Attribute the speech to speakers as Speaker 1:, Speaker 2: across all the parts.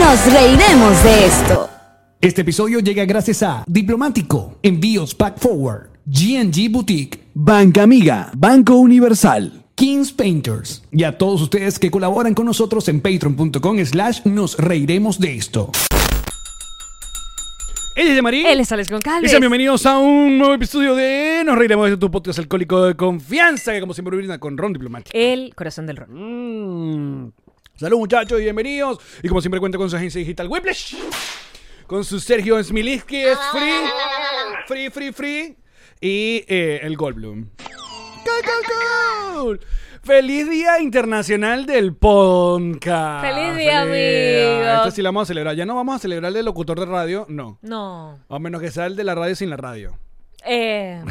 Speaker 1: Nos reiremos de esto.
Speaker 2: Este episodio llega gracias a Diplomático, Envíos Pack Forward, GNG Boutique,
Speaker 3: Banca Amiga, Banco Universal.
Speaker 2: Kings Painters y a todos ustedes que colaboran con nosotros en patreon.com slash nos reiremos de esto.
Speaker 4: Ella es de Marín.
Speaker 5: Él es Alex Goncalves.
Speaker 4: Sean bienvenidos a un nuevo episodio de Nos Reiremos de tu podcast alcohólico de confianza, que como siempre brinda con Ron Diplomático.
Speaker 5: El corazón del ron.
Speaker 4: Mm. Salud muchachos y bienvenidos. Y como siempre cuenta con su agencia digital Whiplash, con su Sergio Smilinski, es free, free, free, free, y eh, el Goldblum. ¡Cool, cool, cool! ¡Feliz Día Internacional del Ponca!
Speaker 5: ¡Feliz día, amigo!
Speaker 4: Este sí lo vamos a celebrar. Ya no vamos a celebrar el del locutor de radio, no.
Speaker 5: No.
Speaker 4: A menos que sea el de la radio sin la radio.
Speaker 5: Eh,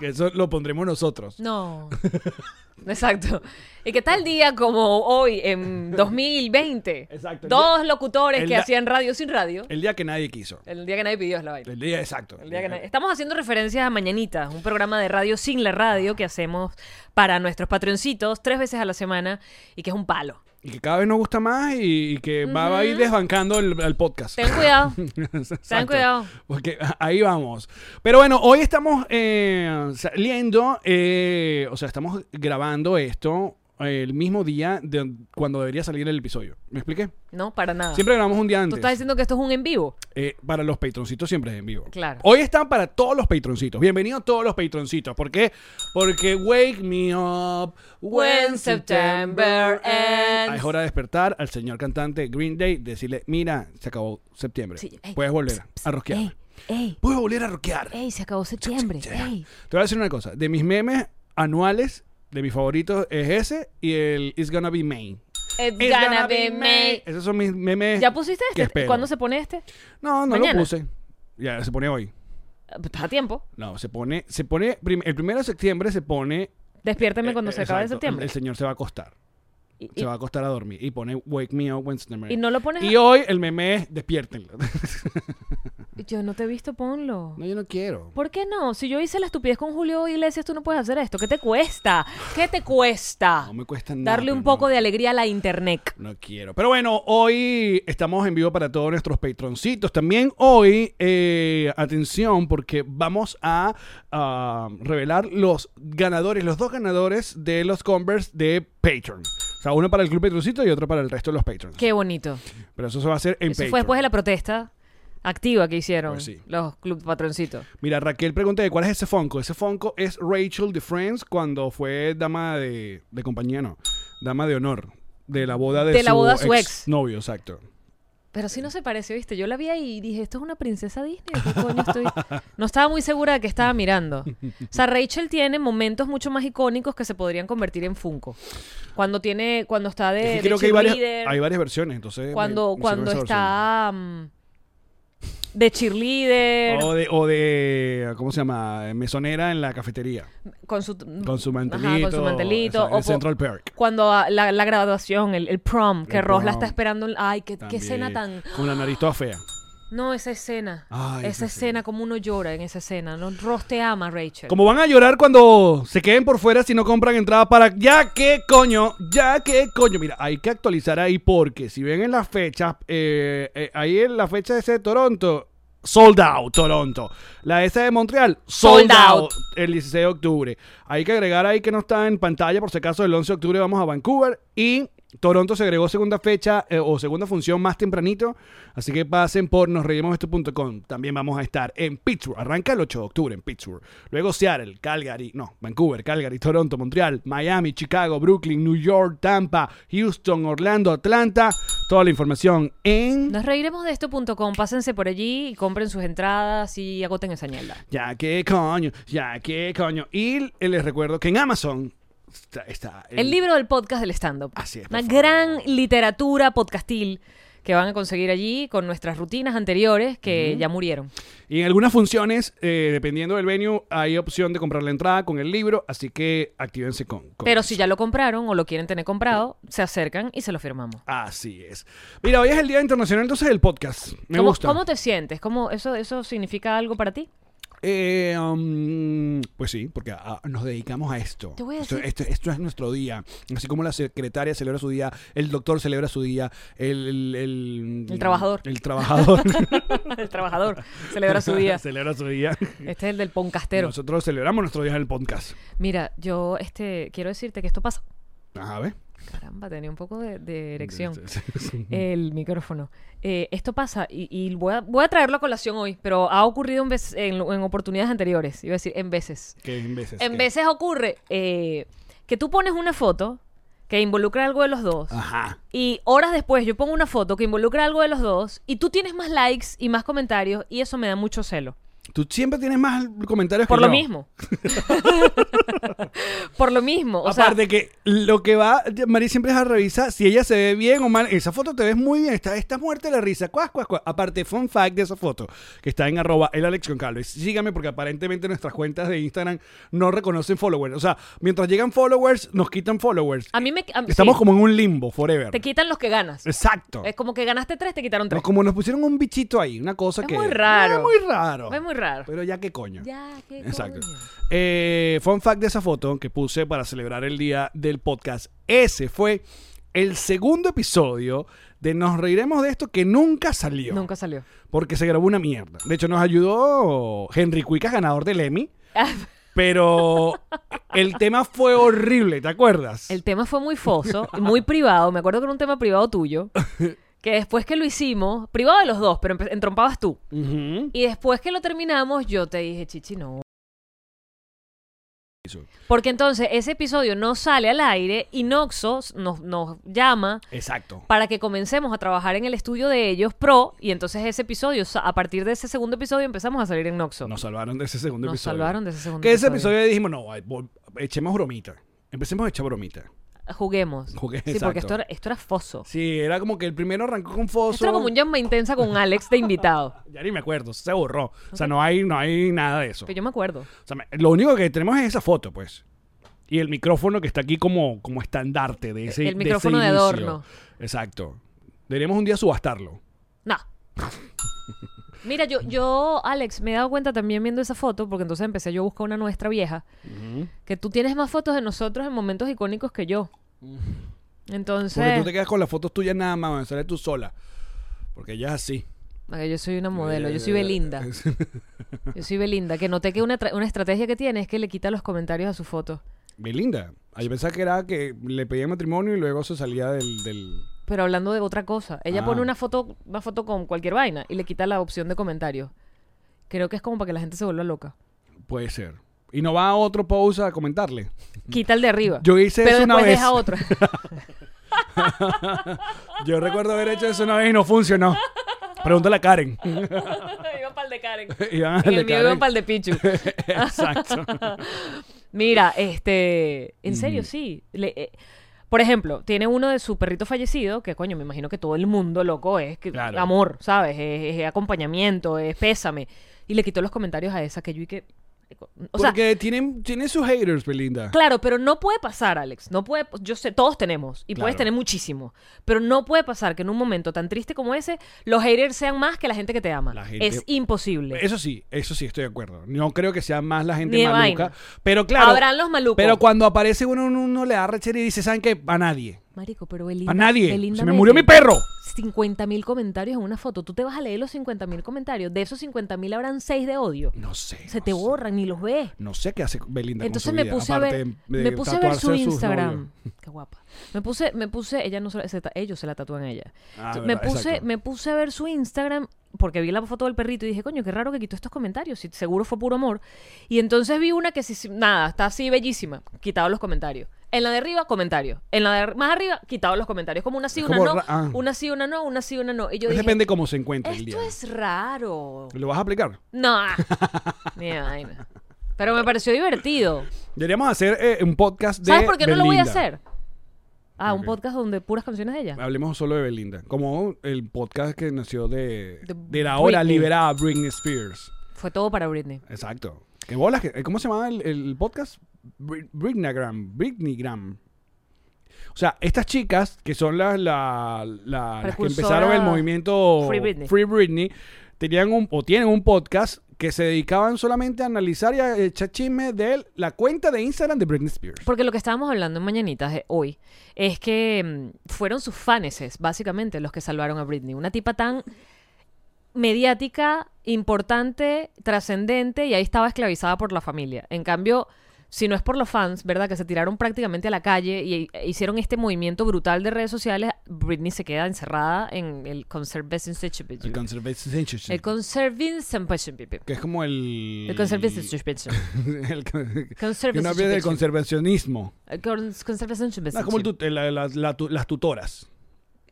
Speaker 4: Que Eso lo pondremos nosotros.
Speaker 5: no. Exacto. ¿Y qué tal día como hoy, en 2020?
Speaker 4: Exacto.
Speaker 5: Dos locutores
Speaker 4: El
Speaker 5: que
Speaker 4: da-
Speaker 5: hacían radio sin radio.
Speaker 4: El día que nadie quiso.
Speaker 5: El día que nadie pidió es la vaina.
Speaker 4: El día exacto.
Speaker 5: El día que nadie- Estamos haciendo referencias a Mañanitas, un programa de radio sin la radio que hacemos para nuestros patroncitos tres veces a la semana y que es un palo.
Speaker 4: Y que cada vez nos gusta más y, y que va a ir desbancando el, el podcast.
Speaker 5: Ten cuidado.
Speaker 4: Exacto.
Speaker 5: cuidado.
Speaker 4: Porque ahí vamos. Pero bueno, hoy estamos eh, saliendo, eh, o sea, estamos grabando esto el mismo día de cuando debería salir el episodio. ¿Me expliqué?
Speaker 5: No, para nada.
Speaker 4: Siempre grabamos un día
Speaker 5: ¿Tú
Speaker 4: antes.
Speaker 5: estás diciendo que esto es un en vivo?
Speaker 4: Eh, para los patroncitos siempre es en vivo.
Speaker 5: Claro.
Speaker 4: Hoy están para todos los patroncitos. Bienvenidos todos los patroncitos. ¿Por qué? Porque wake me up
Speaker 5: When September ends.
Speaker 4: Ah, Es hora de despertar al señor cantante Green Day, decirle, mira, se acabó septiembre.
Speaker 5: Sí, ey,
Speaker 4: Puedes volver
Speaker 5: ps, ps,
Speaker 4: a rosquear.
Speaker 5: Ey, ey,
Speaker 4: Puedes volver a rosquear.
Speaker 5: ey, se acabó septiembre.
Speaker 4: Ya.
Speaker 5: Ey.
Speaker 4: Te voy a decir una cosa. De mis memes anuales, de mis favoritos es ese y el It's Gonna Be May.
Speaker 5: It's
Speaker 4: It's
Speaker 5: gonna be me.
Speaker 4: Esos son mis memes.
Speaker 5: ¿Ya pusiste
Speaker 4: que
Speaker 5: este?
Speaker 4: Eh, espero.
Speaker 5: ¿Cuándo se pone este?
Speaker 4: No, no
Speaker 5: Mañana.
Speaker 4: lo puse. Ya se pone hoy.
Speaker 5: Pues, Está a tiempo.
Speaker 4: No, se pone, se pone, prim- el primero de septiembre se pone...
Speaker 5: Despiérteme cuando
Speaker 4: eh,
Speaker 5: se acabe
Speaker 4: exacto,
Speaker 5: septiembre.
Speaker 4: El, el señor se va a acostar,
Speaker 5: Y- y,
Speaker 4: se va a acostar a dormir y pone Wake Me Up When September
Speaker 5: y
Speaker 4: Ends".
Speaker 5: no lo pones.
Speaker 4: Y hoy el meme es despiértenlo.
Speaker 5: Yo no te he visto, ponlo.
Speaker 4: no, yo no quiero.
Speaker 5: ¿Por qué no? Si yo hice la estupidez con Julio Iglesias, tú no puedes hacer esto. ¿Qué te cuesta? ¿Qué te cuesta?
Speaker 4: No me cuesta nada.
Speaker 5: Darle un
Speaker 4: pero
Speaker 5: poco
Speaker 4: no.
Speaker 5: de alegría a la internet.
Speaker 4: No quiero. Pero bueno, hoy estamos en vivo para todos nuestros patroncitos. También hoy, eh, atención, porque vamos a ah, revelar los ganadores, los dos ganadores de los Converse de Patreon. O sea, uno para el Club Patroncito y otro para el resto de los Patrons.
Speaker 5: Qué bonito.
Speaker 4: Pero eso se va a hacer en
Speaker 5: Eso
Speaker 4: Patreon.
Speaker 5: fue después de la protesta activa que hicieron
Speaker 4: Pues sí.
Speaker 5: los club patroncitos.
Speaker 4: Mira, Raquel pregunta de cuál es ese Fonco. Ese Fonco es Rachel de Friends cuando fue dama de, de compañía, no. Dama de honor. De la boda de,
Speaker 5: De la boda de su ex.
Speaker 4: Novio, exacto.
Speaker 5: Pero sí no se parece, ¿viste? Yo la vi ahí y dije, esto es una princesa Disney. ¿Qué coño estoy? No estaba muy segura de que estaba mirando. O sea, Rachel tiene momentos mucho más icónicos que se podrían convertir en Funko. Cuando tiene, cuando está Eh, de,
Speaker 4: Es que
Speaker 5: de
Speaker 4: creo que hay varias,
Speaker 5: cheerleader,
Speaker 4: hay varias versiones, entonces. me-
Speaker 5: cuando,
Speaker 4: me sirve
Speaker 5: cuando
Speaker 4: esa
Speaker 5: está mm, de cheerleader,
Speaker 4: versión. O de, o de, ¿cómo se llama? Mesonera en la cafetería.
Speaker 5: con su,
Speaker 4: Con su
Speaker 5: Mm. Ajá,
Speaker 4: mantelito.
Speaker 5: con su mantelito,
Speaker 4: esa-
Speaker 5: o
Speaker 4: en
Speaker 5: po-
Speaker 4: Central Park.
Speaker 5: cuando ah, la, la graduación, el, el prom, que
Speaker 4: El
Speaker 5: Ross la
Speaker 4: prom.
Speaker 5: está esperando. en- Ay, qué, qué
Speaker 4: también,
Speaker 5: escena tan...
Speaker 4: Con la nariz toda fea.
Speaker 5: No, esa escena.
Speaker 4: Ay, esa
Speaker 5: esa escena, como uno llora en esa escena. ¿no? Ross te ama, Rachel.
Speaker 4: Como van a llorar cuando se queden por fuera si no compran entrada para ya que coño, ya que coño. Mira, hay que actualizar ahí porque si ven en las fechas, eh, eh, ahí en la fecha ese de Toronto, sold out Toronto. La esa de Montreal, sold,
Speaker 5: Sold out.
Speaker 4: out. el 16 de octubre. Hay que agregar ahí que no está en pantalla, por si acaso el 11 de octubre vamos a Vancouver y Toronto se agregó segunda fecha eh, o segunda función más tempranito, así que pasen por nosreyemosesto.com. También vamos a estar en Pittsburgh, arranca el 8 de octubre en Pittsburgh. Luego Seattle, Calgary, no, Vancouver, Calgary, Toronto, Montreal, Miami, Chicago, Brooklyn, New York, Tampa, Houston, Orlando, Atlanta. Toda la información en
Speaker 5: Nos reiremos de esto.com. Pásense por allí y compren sus entradas y agoten esa ñelda.
Speaker 4: Ya que coño, ya que coño. Y les recuerdo que en Amazon está, está
Speaker 5: El, libro del podcast del stand-up.
Speaker 4: Así es, por
Speaker 5: Una
Speaker 4: favor.
Speaker 5: gran literatura podcastil que van a conseguir allí con nuestras rutinas anteriores que ya murieron.
Speaker 4: Y en algunas funciones, eh, dependiendo del venue, hay opción de comprar la entrada con el libro, así que actívense con. con
Speaker 5: Pero
Speaker 4: eso.
Speaker 5: si ya lo compraron o lo quieren tener comprado, se acercan y se lo firmamos.
Speaker 4: Así es. Mira, hoy es el Día Internacional entonces del podcast. Me
Speaker 5: ¿Cómo,
Speaker 4: gusta.
Speaker 5: ¿Cómo te sientes? ¿Cómo, eso, ¿Eso significa algo para ti?
Speaker 4: Eh, um, pues sí, porque ah, nos dedicamos a esto.
Speaker 5: Te voy a
Speaker 4: esto,
Speaker 5: decir-
Speaker 4: esto- esto es nuestro día. Así como la secretaria celebra su día, el doctor celebra su día, el... El, el-
Speaker 5: El trabajador.
Speaker 4: El trabajador.
Speaker 5: el trabajador celebra su día.
Speaker 4: celebra su día.
Speaker 5: Este es el del poncastero.
Speaker 4: Nosotros celebramos nuestro día en el podcast.
Speaker 5: Mira, yo este quiero decirte que esto pasa.
Speaker 4: Ajá, ¿ves?
Speaker 5: Caramba, tenía un poco de, de erección.
Speaker 4: Sí, sí, sí.
Speaker 5: El micrófono. Eh, esto pasa, y, y voy, a, voy a traerlo a colación hoy, pero ha ocurrido en, veces- en, en oportunidades anteriores. Iba a decir, en veces.
Speaker 4: Que en veces.
Speaker 5: En
Speaker 4: que-
Speaker 5: veces ocurre eh, que tú pones una foto que involucra algo de los dos.
Speaker 4: Ajá.
Speaker 5: Y horas después yo pongo una foto que involucra algo de los dos y tú tienes más likes y más comentarios y eso me da mucho celo.
Speaker 4: Tú siempre tienes más comentarios que
Speaker 5: Por lo
Speaker 4: yo.
Speaker 5: mismo. Por lo mismo. O sea,
Speaker 4: Aparte que lo que va, María siempre es a revisar si ella se ve bien o mal. Esa foto te ves muy bien, está, está muerta de la risa. Cuas, cuas, cuas. Aparte, fun fact de esa foto, que está en arroba el Alex con Carlos. Sígame porque aparentemente nuestras cuentas de Instagram no reconocen followers. O sea, mientras llegan followers, nos quitan followers.
Speaker 5: a mí me... a-
Speaker 4: Estamos
Speaker 5: Ah, sí,
Speaker 4: como en un limbo forever.
Speaker 5: Te quitan los que ganas.
Speaker 4: Exacto.
Speaker 5: Es como que ganaste tres, te quitaron tres.
Speaker 4: Nos- como nos pusieron un bichito ahí, una cosa
Speaker 5: Es
Speaker 4: que...
Speaker 5: muy raro.
Speaker 4: Es muy raro.
Speaker 5: Es muy raro.
Speaker 4: Pero Pues, ya qué coño.
Speaker 5: Ya, qué
Speaker 4: Exacto.
Speaker 5: coño.
Speaker 4: Eh, fun fact de esa foto que puse para celebrar el día del podcast. Ese fue el segundo episodio de Nos Reiremos de esto que nunca salió.
Speaker 5: Nunca salió.
Speaker 4: Porque se grabó una mierda. De hecho, nos ayudó Henry Cuicas, ganador del Emmy. Pero el tema fue horrible, ¿te acuerdas?
Speaker 5: El tema fue muy foso, y muy privado. Me acuerdo que era un tema privado tuyo. Que después que lo hicimos, privado de los dos, pero empe- entrompabas tú.
Speaker 4: Ujú.
Speaker 5: Y después que lo terminamos, yo te dije, Chichi, no. Porque entonces ese episodio no sale al aire y Noxos nos, nos llama
Speaker 4: Exacto.
Speaker 5: para que comencemos a trabajar en el estudio de ellos pro y entonces ese episodio, sa- a partir de ese segundo episodio empezamos a salir en Noxo.
Speaker 4: Nos salvaron de ese segundo
Speaker 5: Nos
Speaker 4: episodio.
Speaker 5: salvaron de ese segundo
Speaker 4: Que ese
Speaker 5: episodio.
Speaker 4: episodio dijimos, no, ay, vol- echemos bromita. Empecemos a echar bromita.
Speaker 5: Juguemos.
Speaker 4: Jugué-
Speaker 5: sí,
Speaker 4: exacto.
Speaker 5: porque esto era, esto era foso.
Speaker 4: Sí, era como que el primero arrancó con Foso.
Speaker 5: Esto era como un llama intensa con Alex de invitado.
Speaker 4: Ya ni me acuerdo, se borró. O sea, no hay, no hay nada de eso.
Speaker 5: Pero yo me acuerdo.
Speaker 4: O sea, me- lo único que tenemos es esa foto, pues. Y el micrófono que está aquí como, como estandarte de ese
Speaker 5: El
Speaker 4: de ese
Speaker 5: micrófono de
Speaker 4: inicio.
Speaker 5: adorno.
Speaker 4: Exacto. Deberíamos un día subastarlo.
Speaker 5: No. Mira, yo, yo, Alex, me he dado cuenta también viendo esa foto, porque entonces empecé yo a buscar una nuestra vieja, que tú tienes más fotos de nosotros en momentos icónicos que yo.
Speaker 4: Porque tú
Speaker 5: Entonces,
Speaker 4: te quedas con las fotos tuyas nada más, donde sale tú sola. Porque ella es así.
Speaker 5: Ay, yo soy una modelo,
Speaker 4: Eh,
Speaker 5: yo soy Belinda. Yo soy Belinda, que noté que una, tra- una estrategia que tiene es que le quita los comentarios a su foto.
Speaker 4: Belinda. Ah, Yo pensaba que era que le pedía matrimonio y luego se salía del... del...
Speaker 5: Pero hablando de otra cosa, ella
Speaker 4: Ah.
Speaker 5: pone una foto, una foto con cualquier vaina y le quita la opción de comentarios. Creo que es como para que la gente se vuelva loca.
Speaker 4: Puede ser. Y no va a otro post a comentarle.
Speaker 5: Quita el de arriba.
Speaker 4: Yo hice
Speaker 5: pero
Speaker 4: eso una
Speaker 5: después
Speaker 4: vez.
Speaker 5: deja otra.
Speaker 4: Yo recuerdo haber hecho eso una vez y no funcionó. Pregúntale a Karen.
Speaker 5: iba para el de Karen.
Speaker 4: Iban al
Speaker 5: En
Speaker 4: de
Speaker 5: el mío
Speaker 4: Karen.
Speaker 5: iba para el de Pichu.
Speaker 4: Exacto.
Speaker 5: Mira, este. En serio, sí. Le- eh, por ejemplo, tiene uno de su perrito fallecido, que coño, me imagino que todo el mundo loco es que,
Speaker 4: Claro.
Speaker 5: amor, ¿sabes? Es, es acompañamiento, es pésame. Y le quitó los comentarios a esa que yo y que. O sea,
Speaker 4: Porque tienen, tienen sus haters, Belinda.
Speaker 5: claro, pero no puede pasar, Alex. No puede. Yo sé, todos tenemos. Y puedes
Speaker 4: Claro.
Speaker 5: tener muchísimo. Pero no puede pasar que en un momento tan triste como ese, los haters sean más que la gente que te ama.
Speaker 4: La gente-
Speaker 5: Es imposible.
Speaker 4: Eso sí, eso sí, estoy de acuerdo. No creo que sea más la gente
Speaker 5: Ni de
Speaker 4: maluca.
Speaker 5: vaina.
Speaker 4: Pero claro.
Speaker 5: Habrán los malucos.
Speaker 4: Pero cuando aparece uno, uno, uno le da rechera y dice, ¿saben qué? A nadie.
Speaker 5: Marico, pero Belinda.
Speaker 4: A nadie.
Speaker 5: Belinda
Speaker 4: Se me
Speaker 5: Becker,
Speaker 4: murió mi perro.
Speaker 5: 50.000 comentarios en una foto. Tú te vas a leer los 50.000 comentarios. De esos 50.000 habrán 6 de odio.
Speaker 4: No sé.
Speaker 5: Se
Speaker 4: no sé.
Speaker 5: te borran, ni los ves.
Speaker 4: No sé qué hace Belinda. con
Speaker 5: Entonces
Speaker 4: su
Speaker 5: me
Speaker 4: vida,
Speaker 5: puse a
Speaker 4: aparte
Speaker 5: ver,
Speaker 4: de
Speaker 5: me puse a ver su
Speaker 4: tatuarse sus
Speaker 5: Instagram.
Speaker 4: novios.
Speaker 5: Qué guapa. Me puse, me puse, ella no se, la- se ta- ellos se la tatúan a ella.
Speaker 4: Ah,
Speaker 5: Entonces,
Speaker 4: verdad,
Speaker 5: me puse,
Speaker 4: exacto.
Speaker 5: me puse a ver su Instagram porque vi la foto del perrito y dije, coño, qué raro que quitó estos comentarios. Si seguro fue puro amor. Y entonces vi una que sí, sí, nada, está así bellísima, quitado los comentarios. En la de arriba, comentarios. En la de ar- más arriba, quitado los comentarios. Como una sí,
Speaker 4: Es
Speaker 5: una
Speaker 4: como
Speaker 5: no,
Speaker 4: ra- ah.
Speaker 5: una sí, una no, una sí, una no. Y yo dije,
Speaker 4: Pues Depende cómo se encuentre el
Speaker 5: esto
Speaker 4: día.
Speaker 5: es raro.
Speaker 4: ¿Lo vas a aplicar?
Speaker 5: No, ni vaina. Pero me pareció divertido.
Speaker 4: Deberíamos hacer eh, un podcast de.
Speaker 5: ¿Sabes por qué no lo voy a
Speaker 4: Belinda. Ah.
Speaker 5: hacer? Ah, un podcast donde puras canciones de ella.
Speaker 4: Hablemos solo de Belinda. Como el podcast que nació de,
Speaker 5: De
Speaker 4: de la hora
Speaker 5: Britney.
Speaker 4: liberada Britney Spears.
Speaker 5: Fue todo para Britney.
Speaker 4: Exacto. ¿Qué bolas? que- eh, ¿Cómo se llama el, el podcast? Brit- Britneygram. Britneygram. O sea, estas chicas que son las, la- la- las que
Speaker 5: Precursora-
Speaker 4: empezaron el movimiento
Speaker 5: Free Britney.
Speaker 4: Free Britney, tenían un, o tienen un podcast que se dedicaban solamente a analizar y a echar chisme de él, la cuenta de Instagram de Britney Spears.
Speaker 5: Porque lo que estábamos hablando en Mañanitas eh, hoy es que mm, fueron sus faneses, básicamente, los que salvaron a Britney. Una tipa tan mediática, importante, trascendente, y ahí estaba esclavizada por la familia. En cambio, si no es por los fans, ¿verdad? Que se tiraron prácticamente a la calle y e, hicieron este movimiento brutal de redes sociales, Britney se queda encerrada en el Conservation Institute.
Speaker 4: El Conservation Institute,
Speaker 5: El Conservation Institute.
Speaker 4: que es como el...
Speaker 5: El Conservation Institute.
Speaker 4: el con-
Speaker 5: Conservation
Speaker 4: que no olvides del
Speaker 5: Institute.
Speaker 4: conservacionismo.
Speaker 5: El Cons- Conservation
Speaker 4: No, es Ah, como el
Speaker 5: Institute.
Speaker 4: tut- el- la- la- la tu- las tutoras.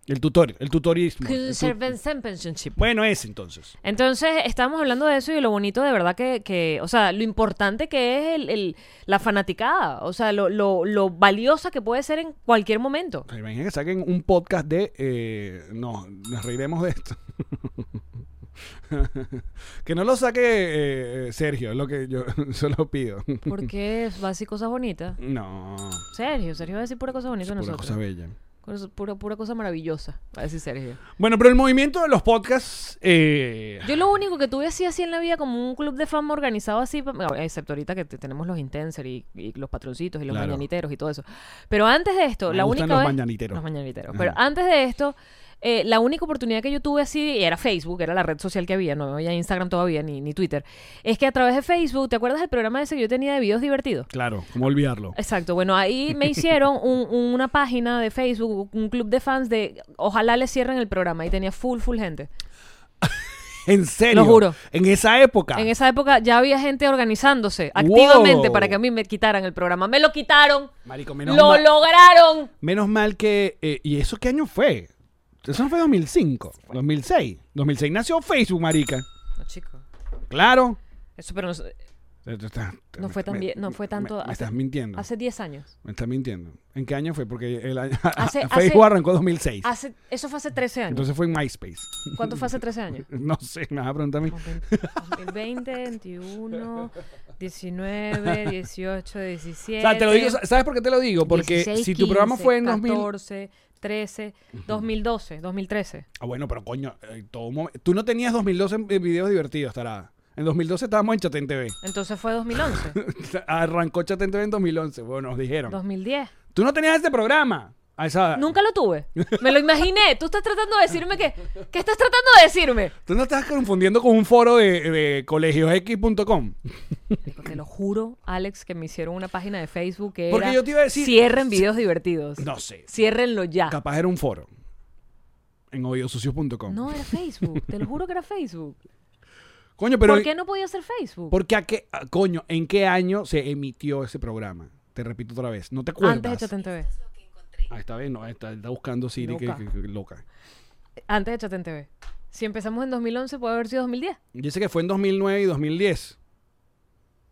Speaker 4: El tutor, el tutorismo. El tu-
Speaker 5: Conservation Institute.
Speaker 4: bueno, es entonces.
Speaker 5: Entonces, estamos hablando de eso y lo bonito de verdad que, que o sea, lo importante que es el, el- la fanaticada, o sea, lo, lo, lo valiosa que puede ser en cualquier momento.
Speaker 4: O sea, Imagina que saquen un podcast de... eh, no, nos reiremos de esto. que no lo saque eh, eh, Sergio, es lo que yo solo pido.
Speaker 5: Porque es básico cosas bonitas.
Speaker 4: no,
Speaker 5: Sergio, Sergio va a decir pura cosa bonita de
Speaker 4: pura
Speaker 5: nosotros.
Speaker 4: cosa bella.
Speaker 5: Cosa- Pura, pura cosa maravillosa, va a decir Sergio.
Speaker 4: Bueno, pero el movimiento de los podcasts... eh,
Speaker 5: Yo lo único que tuve así, así en la vida, como un club de fama organizado así, pa- bueno, excepto ahorita que te- tenemos los Intenser y, y los patroncitos y los
Speaker 4: Claro.
Speaker 5: mañaniteros y todo eso. Pero antes de esto,
Speaker 4: Me
Speaker 5: la
Speaker 4: gustan
Speaker 5: única
Speaker 4: los
Speaker 5: vez-
Speaker 4: mañaniteros.
Speaker 5: los mañaniteros.
Speaker 4: Ajá.
Speaker 5: Pero antes de esto, eh, la única oportunidad que yo tuve así, y era Facebook, era la red social que había, no había Instagram todavía, ni, ni Twitter, es que a través de Facebook, ¿te acuerdas del programa ese que yo tenía de videos divertidos?
Speaker 4: Claro, ¿cómo olvidarlo?
Speaker 5: Exacto, bueno, ahí me hicieron un- un- una página de Facebook, un club de fans de ojalá le cierren el programa y tenía full, full gente.
Speaker 4: En serio.
Speaker 5: Lo juro.
Speaker 4: En esa época.
Speaker 5: En esa época ya había gente organizándose
Speaker 4: Wow.
Speaker 5: activamente para que a mí me quitaran el programa. Me lo quitaron.
Speaker 4: Marico, menos
Speaker 5: Lo
Speaker 4: mal-
Speaker 5: lograron.
Speaker 4: Menos mal que... eh, ¿Y eso qué año fue? Eso no fue 2005, 2006. 2006 nació Facebook, marica.
Speaker 5: No, chico.
Speaker 4: Claro.
Speaker 5: Eso, pero no, no
Speaker 4: No
Speaker 5: fue tan bien, no fue tanto.
Speaker 4: Me, me estás mintiendo.
Speaker 5: Hace 10 años.
Speaker 4: Me estás mintiendo. ¿En qué año fue? Porque el año,
Speaker 5: Hace-
Speaker 4: Facebook
Speaker 5: hace-
Speaker 4: arrancó 2006.
Speaker 5: Hace, eso fue hace 13 años.
Speaker 4: Entonces fue en MySpace.
Speaker 5: ¿Cuánto fue hace 13 años?
Speaker 4: No sé, me vas a preguntar a mí.
Speaker 5: 20, 21, 19, 18, 17.
Speaker 4: O sea, te lo digo, ¿sabes por qué te lo digo? Porque
Speaker 5: 16,
Speaker 4: si tu programa
Speaker 5: 15,
Speaker 4: fue en 2000...
Speaker 5: 14, 13, 2012, 2013.
Speaker 4: Ah, bueno, pero coño, eh, todo momen- tú no tenías 2012 en- en videos divertidos, tarada. En 2012 estábamos en Chatén TV.
Speaker 5: Entonces fue 2011,
Speaker 4: Arrancó Chatén TV en 2011, bueno, nos dijeron.
Speaker 5: 2010.
Speaker 4: Tú no tenías este programa. A esa...
Speaker 5: Nunca lo tuve. Me lo imaginé. Tú estás tratando de decirme que. ¿Qué estás tratando de decirme?
Speaker 4: Tú no estás confundiendo con un foro de, de colegiosx.com.
Speaker 5: Marico, Te lo juro, Alex, que me hicieron una página de Facebook que
Speaker 4: Porque
Speaker 5: era,
Speaker 4: yo te iba a decir-
Speaker 5: Cierren videos divertidos.
Speaker 4: No sé.
Speaker 5: Ciérrenlo ya.
Speaker 4: Capaz era un foro. En oídosucios.com.
Speaker 5: No, era Facebook. Te lo juro que era Facebook.
Speaker 4: Coño, pero.
Speaker 5: ¿Por qué no podía ser Facebook?
Speaker 4: porque a qué, a- coño, ¿en qué año se emitió ese programa? Te repito otra vez. ¿No te acuerdas?
Speaker 5: Antes de Chatén TV.
Speaker 4: Ah, esta vez no, está, está buscando Siri que-
Speaker 5: Loca.
Speaker 4: Que, que- loca.
Speaker 5: Antes de Chatén TV. Si empezamos en 2011, puede haber sido 2010.
Speaker 4: Yo sé que fue en 2009 y 2010.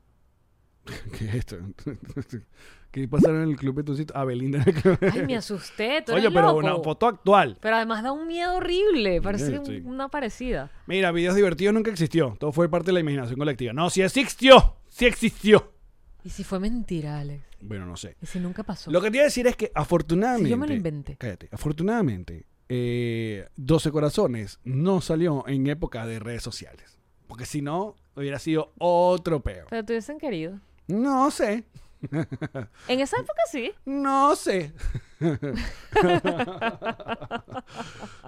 Speaker 4: ¿Qué es esto? ¿Qué pasaron en el club de Tucito? Ah, Belinda en el club.
Speaker 5: Ay, me asusté. Tú eres
Speaker 4: Oye, pero
Speaker 5: loco.
Speaker 4: una foto actual.
Speaker 5: Pero además da un miedo horrible. Parece
Speaker 4: sí.
Speaker 5: un- una parecida.
Speaker 4: Mira, videos divertidos nunca existió. Todo fue parte de la imaginación colectiva. No, sí existió. Sí existió.
Speaker 5: ¿Y si fue mentira, Alex?
Speaker 4: Bueno, no sé.
Speaker 5: ¿Y si nunca pasó?
Speaker 4: Lo que te iba a decir es que afortunadamente.
Speaker 5: Si yo me lo inventé.
Speaker 4: Cállate. Afortunadamente, eh, 12 Corazones no salió en época de redes sociales. Porque si no, hubiera sido otro peo.
Speaker 5: Pero te hubiesen querido.
Speaker 4: No sé.
Speaker 5: En esa época sí.
Speaker 4: No sé.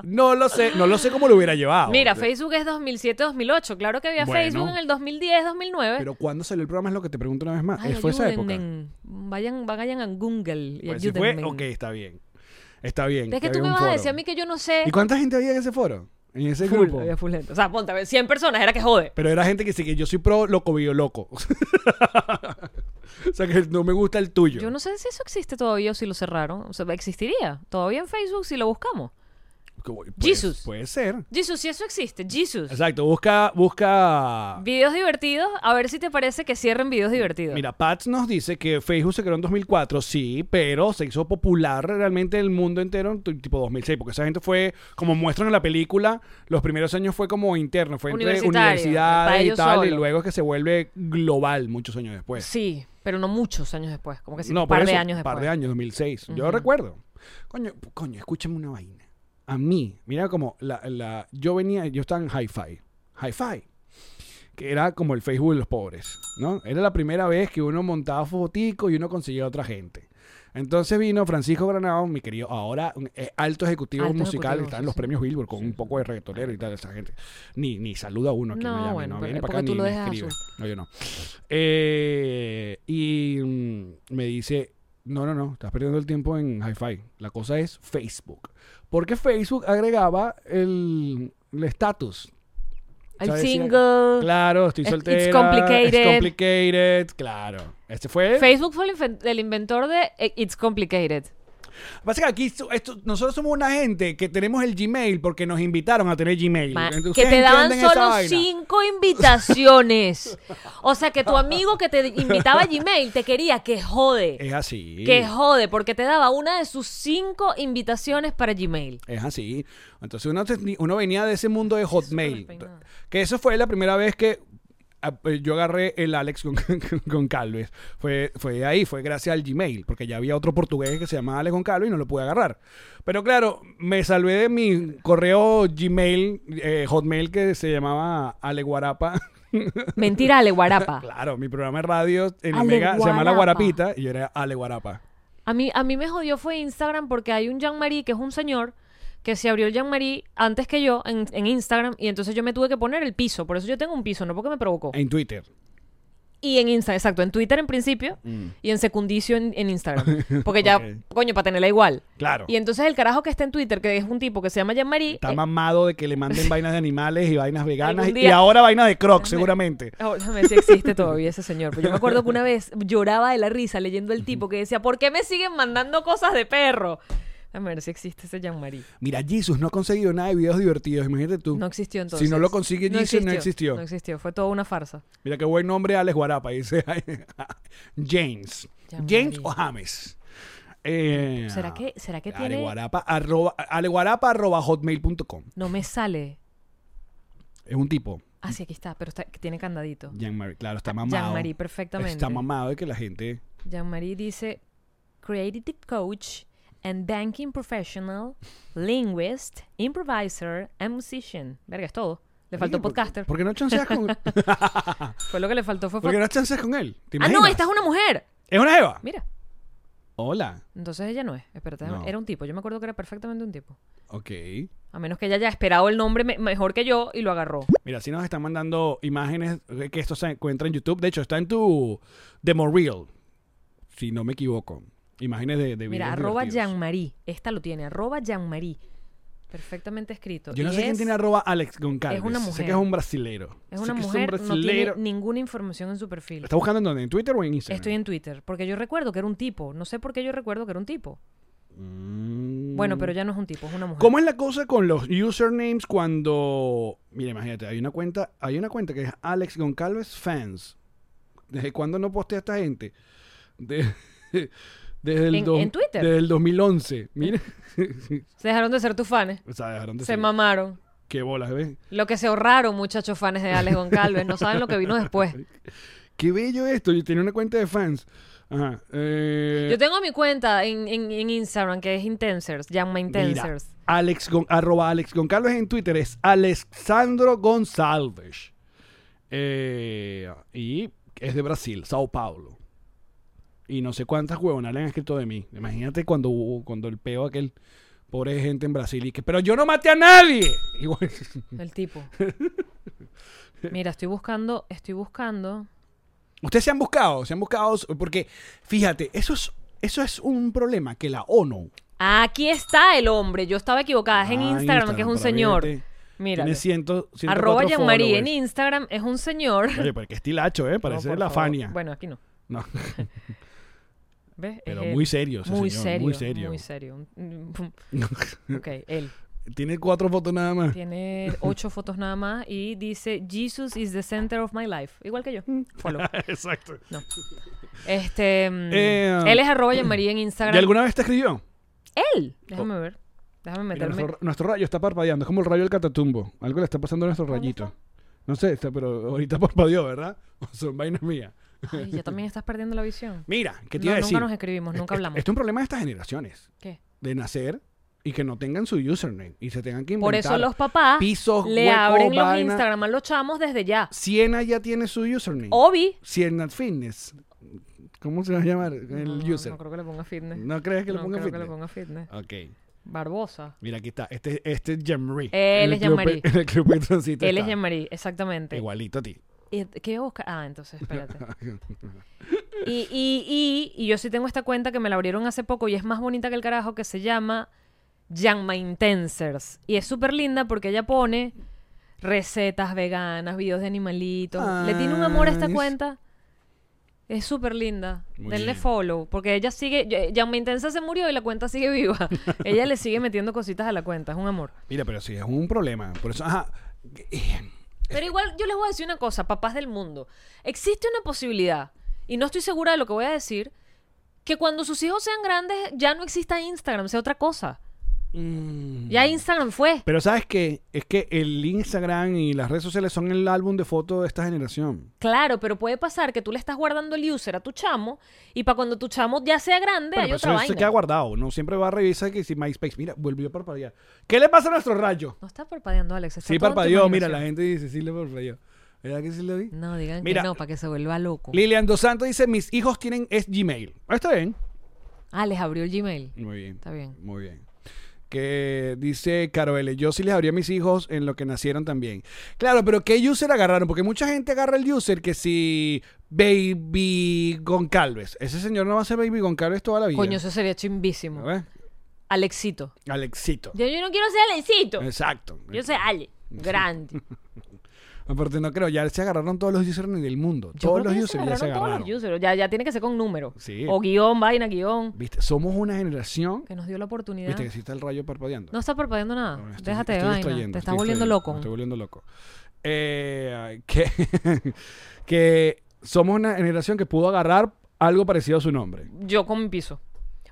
Speaker 4: no lo sé. No lo sé cómo lo hubiera llevado.
Speaker 5: Mira, Facebook es 2007-2008. Claro que había
Speaker 4: Ah, Bueno.
Speaker 5: Facebook en el 2010-2009. Pero
Speaker 4: Pero ¿cuándo salió el programa? Es lo que te pregunto una vez más.
Speaker 5: Ay,
Speaker 4: ¿Fue esa época?
Speaker 5: ayúdenme. Vayan, vayan a Google y
Speaker 4: Pues si
Speaker 5: ayúdenme.
Speaker 4: fue, ok, está bien. Está bien.
Speaker 5: Es que
Speaker 4: había
Speaker 5: tú me
Speaker 4: un
Speaker 5: vas a
Speaker 4: foro.
Speaker 5: decir a mí que yo no sé.
Speaker 4: ¿Y cuánta gente había en ese foro? En ese
Speaker 5: Full,
Speaker 4: grupo.
Speaker 5: había full gente. O sea, ponte a ver, 100 personas, era que jode.
Speaker 4: Pero era gente que dice que yo soy pro loco bio loco. o sea que no me gusta el tuyo.
Speaker 5: Yo no sé si eso existe todavía o si lo cerraron. O sea, existiría todavía en Facebook si lo buscamos.
Speaker 4: Que, bueno,
Speaker 5: Jesus.
Speaker 4: Puede ser.
Speaker 5: Jesus, si eso existe, Jesus.
Speaker 4: Exacto, busca, busca.
Speaker 5: Videos divertidos, a ver si te parece que cierren videos divertidos.
Speaker 4: Mira, Pats nos dice que Facebook se creó en 2004, sí, pero se hizo popular realmente en el mundo entero en tu- tipo 2006, porque esa gente fue, como muestran en la película, los primeros años fue como interno, fue entre
Speaker 5: Universitario, para
Speaker 4: universidades y
Speaker 5: ellos
Speaker 4: tal, y
Speaker 5: solo.
Speaker 4: luego es que se vuelve global muchos años después.
Speaker 5: Sí, pero no muchos años después. Como que sí, un
Speaker 4: pues. por
Speaker 5: par de
Speaker 4: eso,
Speaker 5: años después.
Speaker 4: par de años, 2006. Yo recuerdo. Coño, coño, escúchame una vaina. A mí, mira como la, la- yo venía, yo estaba en hi-fi. Hi-fi. que era como el Facebook de los pobres, ¿no? Era la primera vez que uno montaba fotico y uno conseguía a otra gente. Entonces vino Francisco Granado, mi querido, ahora un, eh, alto ejecutivo
Speaker 5: Alto
Speaker 4: musical,
Speaker 5: ejecutivo,
Speaker 4: está
Speaker 5: sí,
Speaker 4: en los
Speaker 5: sí.
Speaker 4: premios Billboard con un poco de reggaetonero y tal, esa gente. Ni, ni saluda a uno aquí en
Speaker 5: No,
Speaker 4: Miami,
Speaker 5: bueno,
Speaker 4: no
Speaker 5: pero
Speaker 4: viene
Speaker 5: es
Speaker 4: para acá
Speaker 5: porque tú
Speaker 4: ni,
Speaker 5: lo
Speaker 4: ni
Speaker 5: dejas
Speaker 4: escribe.
Speaker 5: azul.
Speaker 4: No, yo no. Eh, y mm, me dice, no, no, no, estás perdiendo el tiempo en Hi-Fi. La cosa es Facebook. Porque Facebook agregaba el el estatus.
Speaker 5: I'm
Speaker 4: ¿Sabes?
Speaker 5: single.
Speaker 4: Claro, estoy
Speaker 5: Mm. It's- it's
Speaker 4: soltera.
Speaker 5: complicated.
Speaker 4: It's complicated. Claro. Este fue...
Speaker 5: Facebook fue el, inven- el inventor de eh, It's Complicated.
Speaker 4: Pasa que aquí so- esto- nosotros somos una gente que tenemos el Gmail porque nos invitaron a tener Gmail.
Speaker 5: Ma-
Speaker 4: Entonces,
Speaker 5: que
Speaker 4: ¿ustedes
Speaker 5: te daban
Speaker 4: entienden esa
Speaker 5: solo
Speaker 4: vaina?
Speaker 5: cinco invitaciones. O sea, que tu amigo que te invitaba a Gmail te quería que jode.
Speaker 4: Es así.
Speaker 5: Que jode, porque te daba una de sus cinco invitaciones para Gmail.
Speaker 4: Es así. Entonces uno, te- uno venía de ese mundo de Hotmail.
Speaker 5: despeinado.
Speaker 4: Que eso fue la primera vez que ah, eh, yo agarré el Alex con, con, con Calves. Fue, fue ahí, fue gracias al Gmail, porque ya había otro portugués que se llamaba Alex con Calves y no lo pude agarrar. Pero claro, me salvé de mi correo Gmail, eh, Hotmail, que se llamaba Ale Guarapa.
Speaker 5: Mentira, Ale Guarapa.
Speaker 4: claro, mi programa de radio en
Speaker 5: Ale
Speaker 4: Omega se llamaba La
Speaker 5: Guarapa.
Speaker 4: Guarapita y yo era Ale Guarapa.
Speaker 5: A mí, a mí me jodió fue Instagram porque hay un Jean-Marie que es un señor que se abrió el Jean-Marie antes que yo en, en Instagram y entonces yo me tuve que poner el piso. Por eso yo tengo un piso, no porque me provocó.
Speaker 4: En Twitter.
Speaker 5: Y en Instagram, exacto, en Twitter en principio y en secundicio en, en Instagram. Porque ya,
Speaker 4: Ok.
Speaker 5: coño, para tenerla igual.
Speaker 4: Claro.
Speaker 5: Y entonces el carajo que está en Twitter, que es un tipo que se llama Jean-Marie.
Speaker 4: Está
Speaker 5: eh,
Speaker 4: mamado de que le manden vainas de animales y vainas veganas.
Speaker 5: Algún
Speaker 4: Y
Speaker 5: día-
Speaker 4: ahora vainas de crocs, seguramente.
Speaker 5: oh, déjame ver si existe todavía ese señor. Pero yo me acuerdo que una vez lloraba de la risa leyendo el tipo que decía, ¿por qué me siguen mandando cosas de perro? A ver si existe ese Jean-Marie.
Speaker 4: Mira, Jesus no ha conseguido nada de videos divertidos. Imagínate tú.
Speaker 5: No existió entonces.
Speaker 4: Si no lo consigue Jesus, no existió.
Speaker 5: No existió, fue toda una farsa.
Speaker 4: Mira qué buen nombre Alex Guarapa. Dice James.
Speaker 5: Ya,
Speaker 4: James
Speaker 5: María.
Speaker 4: o James. Eh,
Speaker 5: ¿Será que, será que
Speaker 4: Ale
Speaker 5: tiene...?
Speaker 4: Guarapa, arroba, aleguarapa arroba hotmail.com.
Speaker 5: No me sale.
Speaker 4: Es un tipo.
Speaker 5: Ah, sí, aquí está, pero está, tiene candadito.
Speaker 4: Jean-Marie. Claro, está mamado.
Speaker 5: Jean-Marie, perfectamente.
Speaker 4: Está mamado de que la gente.
Speaker 5: Jean-Marie dice, creative coach and banking professional, linguist, improviser and musician. Verga, es todo. Le faltó
Speaker 4: ¿Por-
Speaker 5: podcaster.
Speaker 4: ¿Por qué no chanceas con,
Speaker 5: Fue lo que le faltó. Fue
Speaker 4: ¿por qué no chanceas con él? ¿Te
Speaker 5: Ah, no,
Speaker 4: imaginas?
Speaker 5: esta es una mujer.
Speaker 4: Es una Eva.
Speaker 5: Mira.
Speaker 4: Hola.
Speaker 5: Entonces ella no es. Espérate, déjame-
Speaker 4: No.
Speaker 5: era un tipo. Yo me acuerdo que era perfectamente un tipo.
Speaker 4: Ok.
Speaker 5: A menos que ella haya esperado el nombre me- mejor que yo y lo agarró.
Speaker 4: Mira, si nos están mandando imágenes eh, que esto se encuentra en YouTube. De hecho, está en tu Demo Reel, si no me equivoco. Imágenes de, de
Speaker 5: Mira,
Speaker 4: videos
Speaker 5: arroba
Speaker 4: divertidos.
Speaker 5: Jean-Marie. Esta lo tiene, arroba Jean-Marie. Perfectamente escrito.
Speaker 4: Yo no
Speaker 5: Y
Speaker 4: sé quién
Speaker 5: es-
Speaker 4: tiene arroba Alex Goncalves.
Speaker 5: es una
Speaker 4: Sé que
Speaker 5: mujer.
Speaker 4: es un brasilero.
Speaker 5: Es
Speaker 4: Sé
Speaker 5: una
Speaker 4: que
Speaker 5: mujer,
Speaker 4: es un
Speaker 5: no tiene
Speaker 4: brasilero.
Speaker 5: ninguna información en su perfil.
Speaker 4: ¿Está buscando en dónde? ¿En Twitter o en Instagram?
Speaker 5: Estoy en Twitter, porque yo recuerdo que era un tipo. No sé por qué yo recuerdo que era un tipo.
Speaker 4: Mm.
Speaker 5: Bueno, pero ya no es un tipo, es una mujer.
Speaker 4: ¿Cómo es la cosa con los usernames cuando... Mira, imagínate, hay una cuenta, hay una cuenta que es Alex Goncalves Fans. ¿Desde cuándo no postea esta gente? De- desde el
Speaker 5: En-
Speaker 4: dos-
Speaker 5: en Twitter.
Speaker 4: Desde el 2011. Mira.
Speaker 5: Se dejaron de ser tus fanes.
Speaker 4: o sea, dejaron de
Speaker 5: Se
Speaker 4: ser-
Speaker 5: mamaron.
Speaker 4: Qué bolas, ¿ves?
Speaker 5: Lo que se ahorraron, muchachos fanes de Alex Goncalves. No saben lo que vino después.
Speaker 4: Qué bello esto. Yo tenía una cuenta de fans. Ajá. eh,
Speaker 5: Yo tengo mi cuenta en, en- en Instagram, que es Intensers, Llama
Speaker 4: Mira,
Speaker 5: Intensers.
Speaker 4: Alex Gon- arroba Alex Goncalves en Twitter es Alexandro Gonçalves. Eh, y es de Brasil, Sao Paulo. Y no sé cuántas huevonas le han escrito de mí. Imagínate cuando hubo- cuando el peo aquel pobre gente en Brasil y que, pero yo no maté a nadie. Y bueno,
Speaker 5: El tipo. Mira, estoy buscando, estoy buscando.
Speaker 4: Ustedes se han buscado, se han buscado, porque fíjate, eso es, eso es un problema que la ONU
Speaker 5: Aquí está el hombre. Yo estaba equivocada. Es en
Speaker 4: Ah,
Speaker 5: Instagram, que es un
Speaker 4: para
Speaker 5: señor.
Speaker 4: verte.
Speaker 5: Mira.
Speaker 4: tiene 100, 104
Speaker 5: Arroba Jean-Marie en
Speaker 4: followers.
Speaker 5: Instagram es un señor.
Speaker 4: Oye, pero qué estilacho, ¿eh? Parece
Speaker 5: No, por
Speaker 4: la
Speaker 5: favor.
Speaker 4: Fania.
Speaker 5: Bueno, aquí no.
Speaker 4: No,
Speaker 5: ¿Ves? Es
Speaker 4: pero
Speaker 5: él.
Speaker 4: muy serio, ese
Speaker 5: muy
Speaker 4: señor,
Speaker 5: serio.
Speaker 4: Muy serio.
Speaker 5: Muy serio. Mm, ok, él.
Speaker 4: Tiene cuatro fotos nada más.
Speaker 5: Tiene ocho fotos nada más y dice Jesus is the center of my life. Igual que yo.
Speaker 4: Mm.
Speaker 5: Follow.
Speaker 4: Exacto.
Speaker 5: No. Este. mm,
Speaker 4: Eh,
Speaker 5: él es arroba Jean-Marie en
Speaker 4: ¿Y
Speaker 5: Instagram.
Speaker 4: alguna vez te escribió?
Speaker 5: Él. Déjame ver. Déjame
Speaker 4: Mira,
Speaker 5: meterme.
Speaker 4: nuestro, nuestro rayo está parpadeando, es como el rayo del catatumbo. Algo le está pasando a nuestro
Speaker 5: ¿Dónde
Speaker 4: rayito.
Speaker 5: está?
Speaker 4: No sé, está- pero ahorita parpadeó, ¿verdad? Son vainas mías.
Speaker 5: Ay, ya también estás perdiendo la visión.
Speaker 4: Mira, ¿qué te
Speaker 5: No,
Speaker 4: iba a
Speaker 5: nunca
Speaker 4: decir?
Speaker 5: nos escribimos, nunca
Speaker 4: Es-
Speaker 5: hablamos.
Speaker 4: Esto es un problema de estas generaciones.
Speaker 5: ¿Qué?
Speaker 4: De nacer y que no tengan su username y se tengan que inventar.
Speaker 5: Por eso los papás
Speaker 4: pisos,
Speaker 5: le
Speaker 4: hueco,
Speaker 5: abren los
Speaker 4: vaina.
Speaker 5: Instagram a los chamos desde ya.
Speaker 4: Siena ya tiene su username.
Speaker 5: Obi.
Speaker 4: Siena Fitness. ¿Cómo se va a llamar el
Speaker 5: no,
Speaker 4: user?
Speaker 5: No creo que le ponga fitness.
Speaker 4: ¿No crees que le
Speaker 5: No
Speaker 4: ponga
Speaker 5: creo que
Speaker 4: fitness?
Speaker 5: le ponga fitness.
Speaker 4: Ok.
Speaker 5: Barbosa.
Speaker 4: Mira, aquí está. Este, este es Jean-Marie. En el
Speaker 5: Él es
Speaker 4: club
Speaker 5: Jean-Marie.
Speaker 4: Pe- En el Club Petroncito
Speaker 5: Él es
Speaker 4: está.
Speaker 5: Jean-Marie, exactamente.
Speaker 4: Igualito a ti.
Speaker 5: Y- ¿Qué iba a buscar? Ah, entonces, espérate. y, y, y, y yo sí tengo esta cuenta que me la abrieron hace poco y es más bonita que el carajo que se llama Jan Maintensers. Y es súper linda porque ella pone recetas veganas, videos de animalitos. Le tiene un amor a esta
Speaker 4: Nice.
Speaker 5: cuenta. Es súper linda.
Speaker 4: Muy
Speaker 5: Denle
Speaker 4: bien.
Speaker 5: follow. Porque ella sigue. Ye- Jan Maintensers se murió y la cuenta sigue viva. ella le sigue metiendo cositas a la cuenta. Es un amor.
Speaker 4: Mira, pero sí, es un problema. Por eso, ajá. Eh,
Speaker 5: Pero igual yo les voy a decir una cosa, papás del mundo. Existe una posibilidad, y no estoy segura de lo que voy a decir, que cuando sus hijos sean grandes ya no exista Instagram, sea otra cosa.
Speaker 4: mm.
Speaker 5: Ya Instagram fue.
Speaker 4: Pero ¿sabes qué? Es que el Instagram y las redes sociales son el álbum de fotos de esta generación.
Speaker 5: Claro, pero puede pasar que tú le estás guardando el user a tu chamo y para cuando tu chamo ya sea grande
Speaker 4: Bueno,
Speaker 5: hay
Speaker 4: pero
Speaker 5: otra
Speaker 4: eso se
Speaker 5: vaina.
Speaker 4: queda guardado. No siempre va a revisar que si MySpace, mira, volvió a parpadear. ¿Qué le pasa a nuestro rayo?
Speaker 5: No está parpadeando, Alex. está
Speaker 4: Sí,
Speaker 5: todo en tu
Speaker 4: parpadeó. Mira, la
Speaker 5: imaginación.
Speaker 4: gente dice, sí le parpadeó. ¿Verdad que sí le vi?
Speaker 5: No, digan
Speaker 4: Mira.
Speaker 5: que no, para que se vuelva loco.
Speaker 4: Lilian Dos Santos dice, mis hijos tienen es Gmail. Ah, Está bien.
Speaker 5: Ah, les abrió el Gmail.
Speaker 4: Muy bien.
Speaker 5: Está bien.
Speaker 4: Muy bien. Que dice Carole, yo sí les abría a mis hijos en lo que nacieron también. Claro, pero ¿qué user agarraron? Porque mucha gente agarra el user que si Baby Goncalves. Ese señor no va a ser Baby Goncalves toda la vida.
Speaker 5: Coño, eso sería
Speaker 4: A
Speaker 5: chimbísimo.
Speaker 4: ver,
Speaker 5: Alexito.
Speaker 4: Alexito.
Speaker 5: Yo, yo no quiero ser Alexito.
Speaker 4: Exacto.
Speaker 5: Yo soy Ale. Grande.
Speaker 4: Aparte, no creo, ya se agarraron todos los users del mundo.
Speaker 5: Yo
Speaker 4: todos
Speaker 5: creo
Speaker 4: los
Speaker 5: que ya
Speaker 4: users
Speaker 5: se
Speaker 4: ya se
Speaker 5: agarraron
Speaker 4: agarraron.
Speaker 5: Todos los users. Ya, ya tiene que ser con número.
Speaker 4: Sí.
Speaker 5: O guión, vaina, guión.
Speaker 4: Viste, somos una generación.
Speaker 5: Que nos dio la oportunidad.
Speaker 4: Viste que sí está el rayo parpadeando.
Speaker 5: No está parpadeando nada.
Speaker 4: No, estoy-
Speaker 5: Ah, Déjate
Speaker 4: estoy
Speaker 5: de vaina.
Speaker 4: distrayendo,
Speaker 5: Te
Speaker 4: estoy
Speaker 5: estás volviendo
Speaker 4: distrayendo,
Speaker 5: loco.
Speaker 4: me Estoy volviendo loco. Eh, que, que somos una generación que pudo agarrar algo parecido a su nombre.
Speaker 5: Yo con mi piso.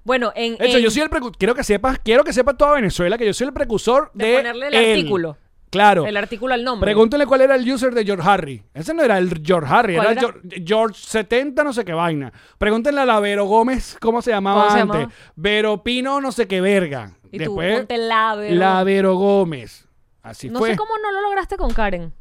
Speaker 5: Bueno, en.
Speaker 4: De hecho,
Speaker 5: en-
Speaker 4: yo soy el precu- quiero que sepas, quiero que sepa toda Venezuela que yo soy el precursor de,
Speaker 5: De ponerle el
Speaker 4: él.
Speaker 5: artículo.
Speaker 4: Claro.
Speaker 5: El artículo al nombre.
Speaker 4: Pregúntale cuál era el user de George Harry. Ese no era el George Harry,
Speaker 5: ¿Cuál
Speaker 4: era,
Speaker 5: era?
Speaker 4: George, George 70 no sé qué vaina. Pregúntenle a la Vero Gómez cómo se llamaba
Speaker 5: ¿Cómo se
Speaker 4: antes.
Speaker 5: llamaba?
Speaker 4: Vero Pino no sé qué verga.
Speaker 5: Y tú
Speaker 4: Después,
Speaker 5: ponte la Vero.
Speaker 4: La Vero Gómez. Así
Speaker 5: No
Speaker 4: fue.
Speaker 5: sé cómo no lo lograste con Karen.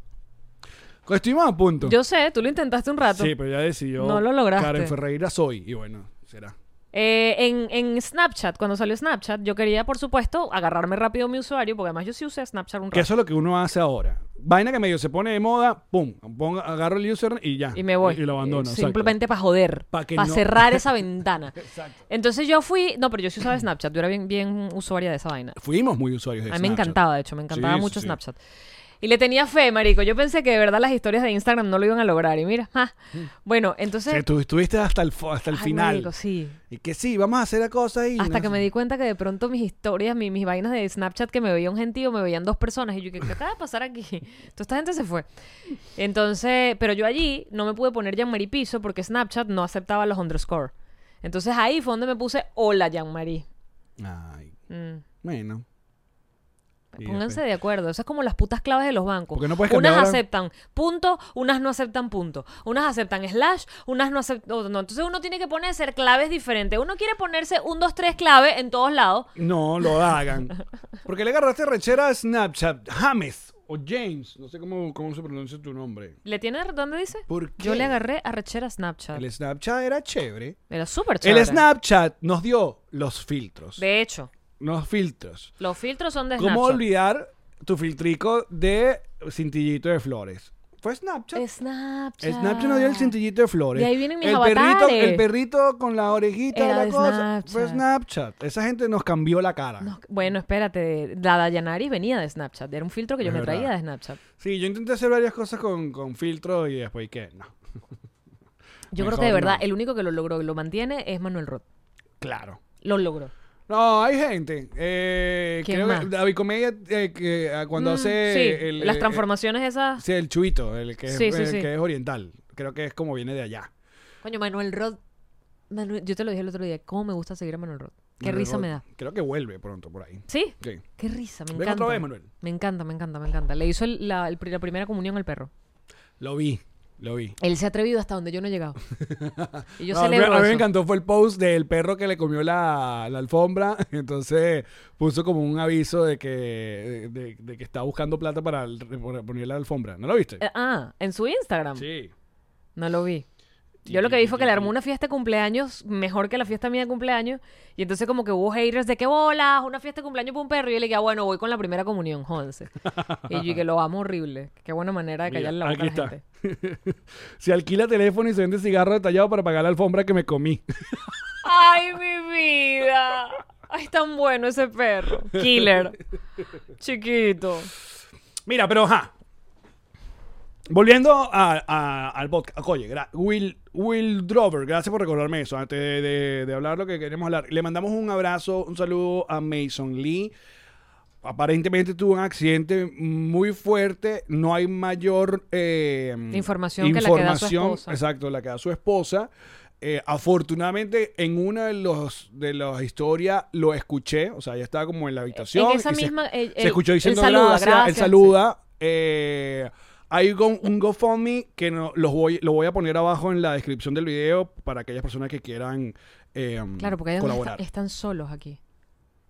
Speaker 4: Estuvimos a punto.
Speaker 5: Yo sé, tú lo intentaste un rato.
Speaker 4: Sí, pero ya decidió.
Speaker 5: No lo lograste.
Speaker 4: Karen Ferreira soy. Y bueno, será.
Speaker 5: Eh, en, en Snapchat, cuando salió Snapchat, yo quería, por supuesto, agarrarme rápido mi usuario, porque además yo sí usé Snapchat un rato.
Speaker 4: Que eso es lo que uno hace ahora. Vaina que medio se pone de moda, pum, ponga- agarro el user y ya.
Speaker 5: y me voy.
Speaker 4: Y, lo abandono.
Speaker 5: Eh,
Speaker 4: exacto.
Speaker 5: Simplemente para joder,
Speaker 4: Pa'
Speaker 5: para
Speaker 4: que no-
Speaker 5: cerrar esa ventana. Entonces yo fui, no, pero yo sí usaba Snapchat, yo era bien, bien usuaria de esa vaina.
Speaker 4: Fuimos muy usuarios de
Speaker 5: A mí me
Speaker 4: Snapchat.
Speaker 5: encantaba, de hecho, me encantaba
Speaker 4: Sí,
Speaker 5: mucho
Speaker 4: sí, sí.
Speaker 5: Snapchat. Y le tenía fe, marico. Yo pensé que de verdad las historias de Instagram no lo iban a lograr. Y mira, ja.
Speaker 4: Mm.
Speaker 5: bueno, entonces...
Speaker 4: Que tú estuviste hasta el, fo- hasta el
Speaker 5: Ay,
Speaker 4: final.
Speaker 5: marico, sí.
Speaker 4: Y que sí, vamos a hacer la cosa y.
Speaker 5: Hasta
Speaker 4: no
Speaker 5: que
Speaker 4: sé.
Speaker 5: me di cuenta que de pronto mis historias, mi- mis vainas de Snapchat que me veía un gentío, me veían dos personas. Y yo, ¿qué, qué acaba de pasar aquí? Toda esta gente se fue. Entonces, pero yo allí no me pude poner Jean-Marie Piso porque Snapchat no aceptaba los underscore. Entonces ahí fue donde me puse Hola Jean-Marie.
Speaker 4: Ay,
Speaker 5: Mm.
Speaker 4: bueno. Y
Speaker 5: Pónganse de acuerdo. Eso es como las putas claves de los bancos.
Speaker 4: Porque no puedes
Speaker 5: unas
Speaker 4: cambiar ahora.
Speaker 5: aceptan punto, unas no aceptan punto. Unas aceptan slash, unas no aceptan... No. Entonces uno tiene que ponerse claves diferentes. Uno quiere ponerse un, dos, tres clave en todos lados.
Speaker 4: No lo hagan. Porque le agarraste rechera a Snapchat. James o James. No sé cómo, cómo se pronuncia tu nombre.
Speaker 5: ¿Le tiene dónde dice?
Speaker 4: ¿Por qué?
Speaker 5: Yo le agarré a rechera Snapchat.
Speaker 4: El Snapchat era chévere.
Speaker 5: Era súper chévere.
Speaker 4: El Snapchat nos dio los filtros.
Speaker 5: De hecho,
Speaker 4: Los filtros.
Speaker 5: los filtros son de
Speaker 4: ¿Cómo
Speaker 5: Snapchat.
Speaker 4: olvidar tu filtrico de cintillito de flores? Fue Snapchat.
Speaker 5: Snapchat.
Speaker 4: Snapchat nos dio el cintillito de flores.
Speaker 5: De ahí vienen mis
Speaker 4: el
Speaker 5: avatares.
Speaker 4: perrito, el perrito con la orejita
Speaker 5: Era
Speaker 4: de la
Speaker 5: de
Speaker 4: cosa.
Speaker 5: Snapchat.
Speaker 4: Fue Snapchat. Esa gente nos cambió la cara.
Speaker 5: No, bueno, espérate. La Dayanari venía de Snapchat. Era un filtro que yo
Speaker 4: Es
Speaker 5: me
Speaker 4: verdad.
Speaker 5: traía de Snapchat.
Speaker 4: Sí, yo intenté hacer varias cosas con, con filtro y después que no. Mejor
Speaker 5: Yo creo que de verdad
Speaker 4: no.
Speaker 5: el único que lo logró y lo mantiene es Manuel Roth.
Speaker 4: Claro.
Speaker 5: Lo logró.
Speaker 4: No, hay gente. Eh,
Speaker 5: ¿Quién
Speaker 4: creo
Speaker 5: más?
Speaker 4: que David Comedia, eh, que, ah, cuando
Speaker 5: Mm,
Speaker 4: hace
Speaker 5: sí,
Speaker 4: el,
Speaker 5: las
Speaker 4: eh,
Speaker 5: transformaciones
Speaker 4: eh,
Speaker 5: esas.
Speaker 4: sí, el chubito, el que, es,
Speaker 5: Sí, sí,
Speaker 4: el
Speaker 5: sí.
Speaker 4: que es oriental. Creo que es como viene de allá.
Speaker 5: Coño, Manuel Roth. Manuel- yo te lo dije el otro día. ¿Cómo me gusta seguir a Manuel Roth? Qué
Speaker 4: Manuel
Speaker 5: risa
Speaker 4: Rod-
Speaker 5: me da.
Speaker 4: Creo que vuelve pronto por ahí.
Speaker 5: ¿Sí?
Speaker 4: Sí.
Speaker 5: Qué risa, me
Speaker 4: Ven
Speaker 5: encanta.
Speaker 4: otra vez, Manuel.
Speaker 5: Me encanta, me encanta, me encanta. Le hizo el- la, el pri- la primera comunión al perro.
Speaker 4: Lo vi. Lo vi.
Speaker 5: Él se ha atrevido hasta donde yo no he llegado. Y yo
Speaker 4: No, a, mí,
Speaker 5: celebro
Speaker 4: a mí me
Speaker 5: eso.
Speaker 4: encantó fue el post del perro que le comió la, la alfombra. Entonces puso como un aviso de que, de, de que está buscando plata para el- para poner la alfombra. ¿No lo viste?
Speaker 5: Eh, Ah, en su Instagram.
Speaker 4: Sí.
Speaker 5: No lo vi. Yo lo que vi fue que le armó una fiesta de cumpleaños mejor que la fiesta mía de cumpleaños. Y entonces como que hubo haters de que bolas, una fiesta de cumpleaños para un perro. Y yo le dije, "Ah, bueno, voy con la primera comunión, Jonce. y yo dije, lo amo horrible. Qué buena manera de
Speaker 4: Mira,
Speaker 5: callar la boca a
Speaker 4: aquí
Speaker 5: la
Speaker 4: está.
Speaker 5: gente.
Speaker 4: Se alquila teléfono y se vende cigarro detallado para pagar la alfombra que me comí.
Speaker 5: ¡Ay, mi vida! ¡Ay, tan bueno ese perro! Killer. Chiquito.
Speaker 4: Mira, pero ajá. Volviendo a- a- al podcast. Oye, gra- Will, Will Drover, gracias por recordarme eso. Antes de, de- de hablar lo que queremos hablar, le mandamos un abrazo, un saludo a Mason Lee. Aparentemente tuvo un accidente muy fuerte. No hay mayor eh,
Speaker 5: Información que la que da su
Speaker 4: información,
Speaker 5: esposa.
Speaker 4: Exacto, la que da su esposa. Eh, afortunadamente, en una de los de las historias lo escuché. O sea, ya estaba como en la habitación.
Speaker 5: esa
Speaker 4: y se-
Speaker 5: misma- el-
Speaker 4: se
Speaker 5: el-
Speaker 4: escuchó
Speaker 5: el
Speaker 4: diciendo
Speaker 5: saluda,
Speaker 4: gracias, Él
Speaker 5: gracias,
Speaker 4: saluda. Eh, hay go- un GoFundMe que no, los voy, lo voy a poner abajo en la descripción del video para aquellas personas que quieran eh,
Speaker 5: Claro, porque ellos
Speaker 4: colaborar.
Speaker 5: están, están solos aquí.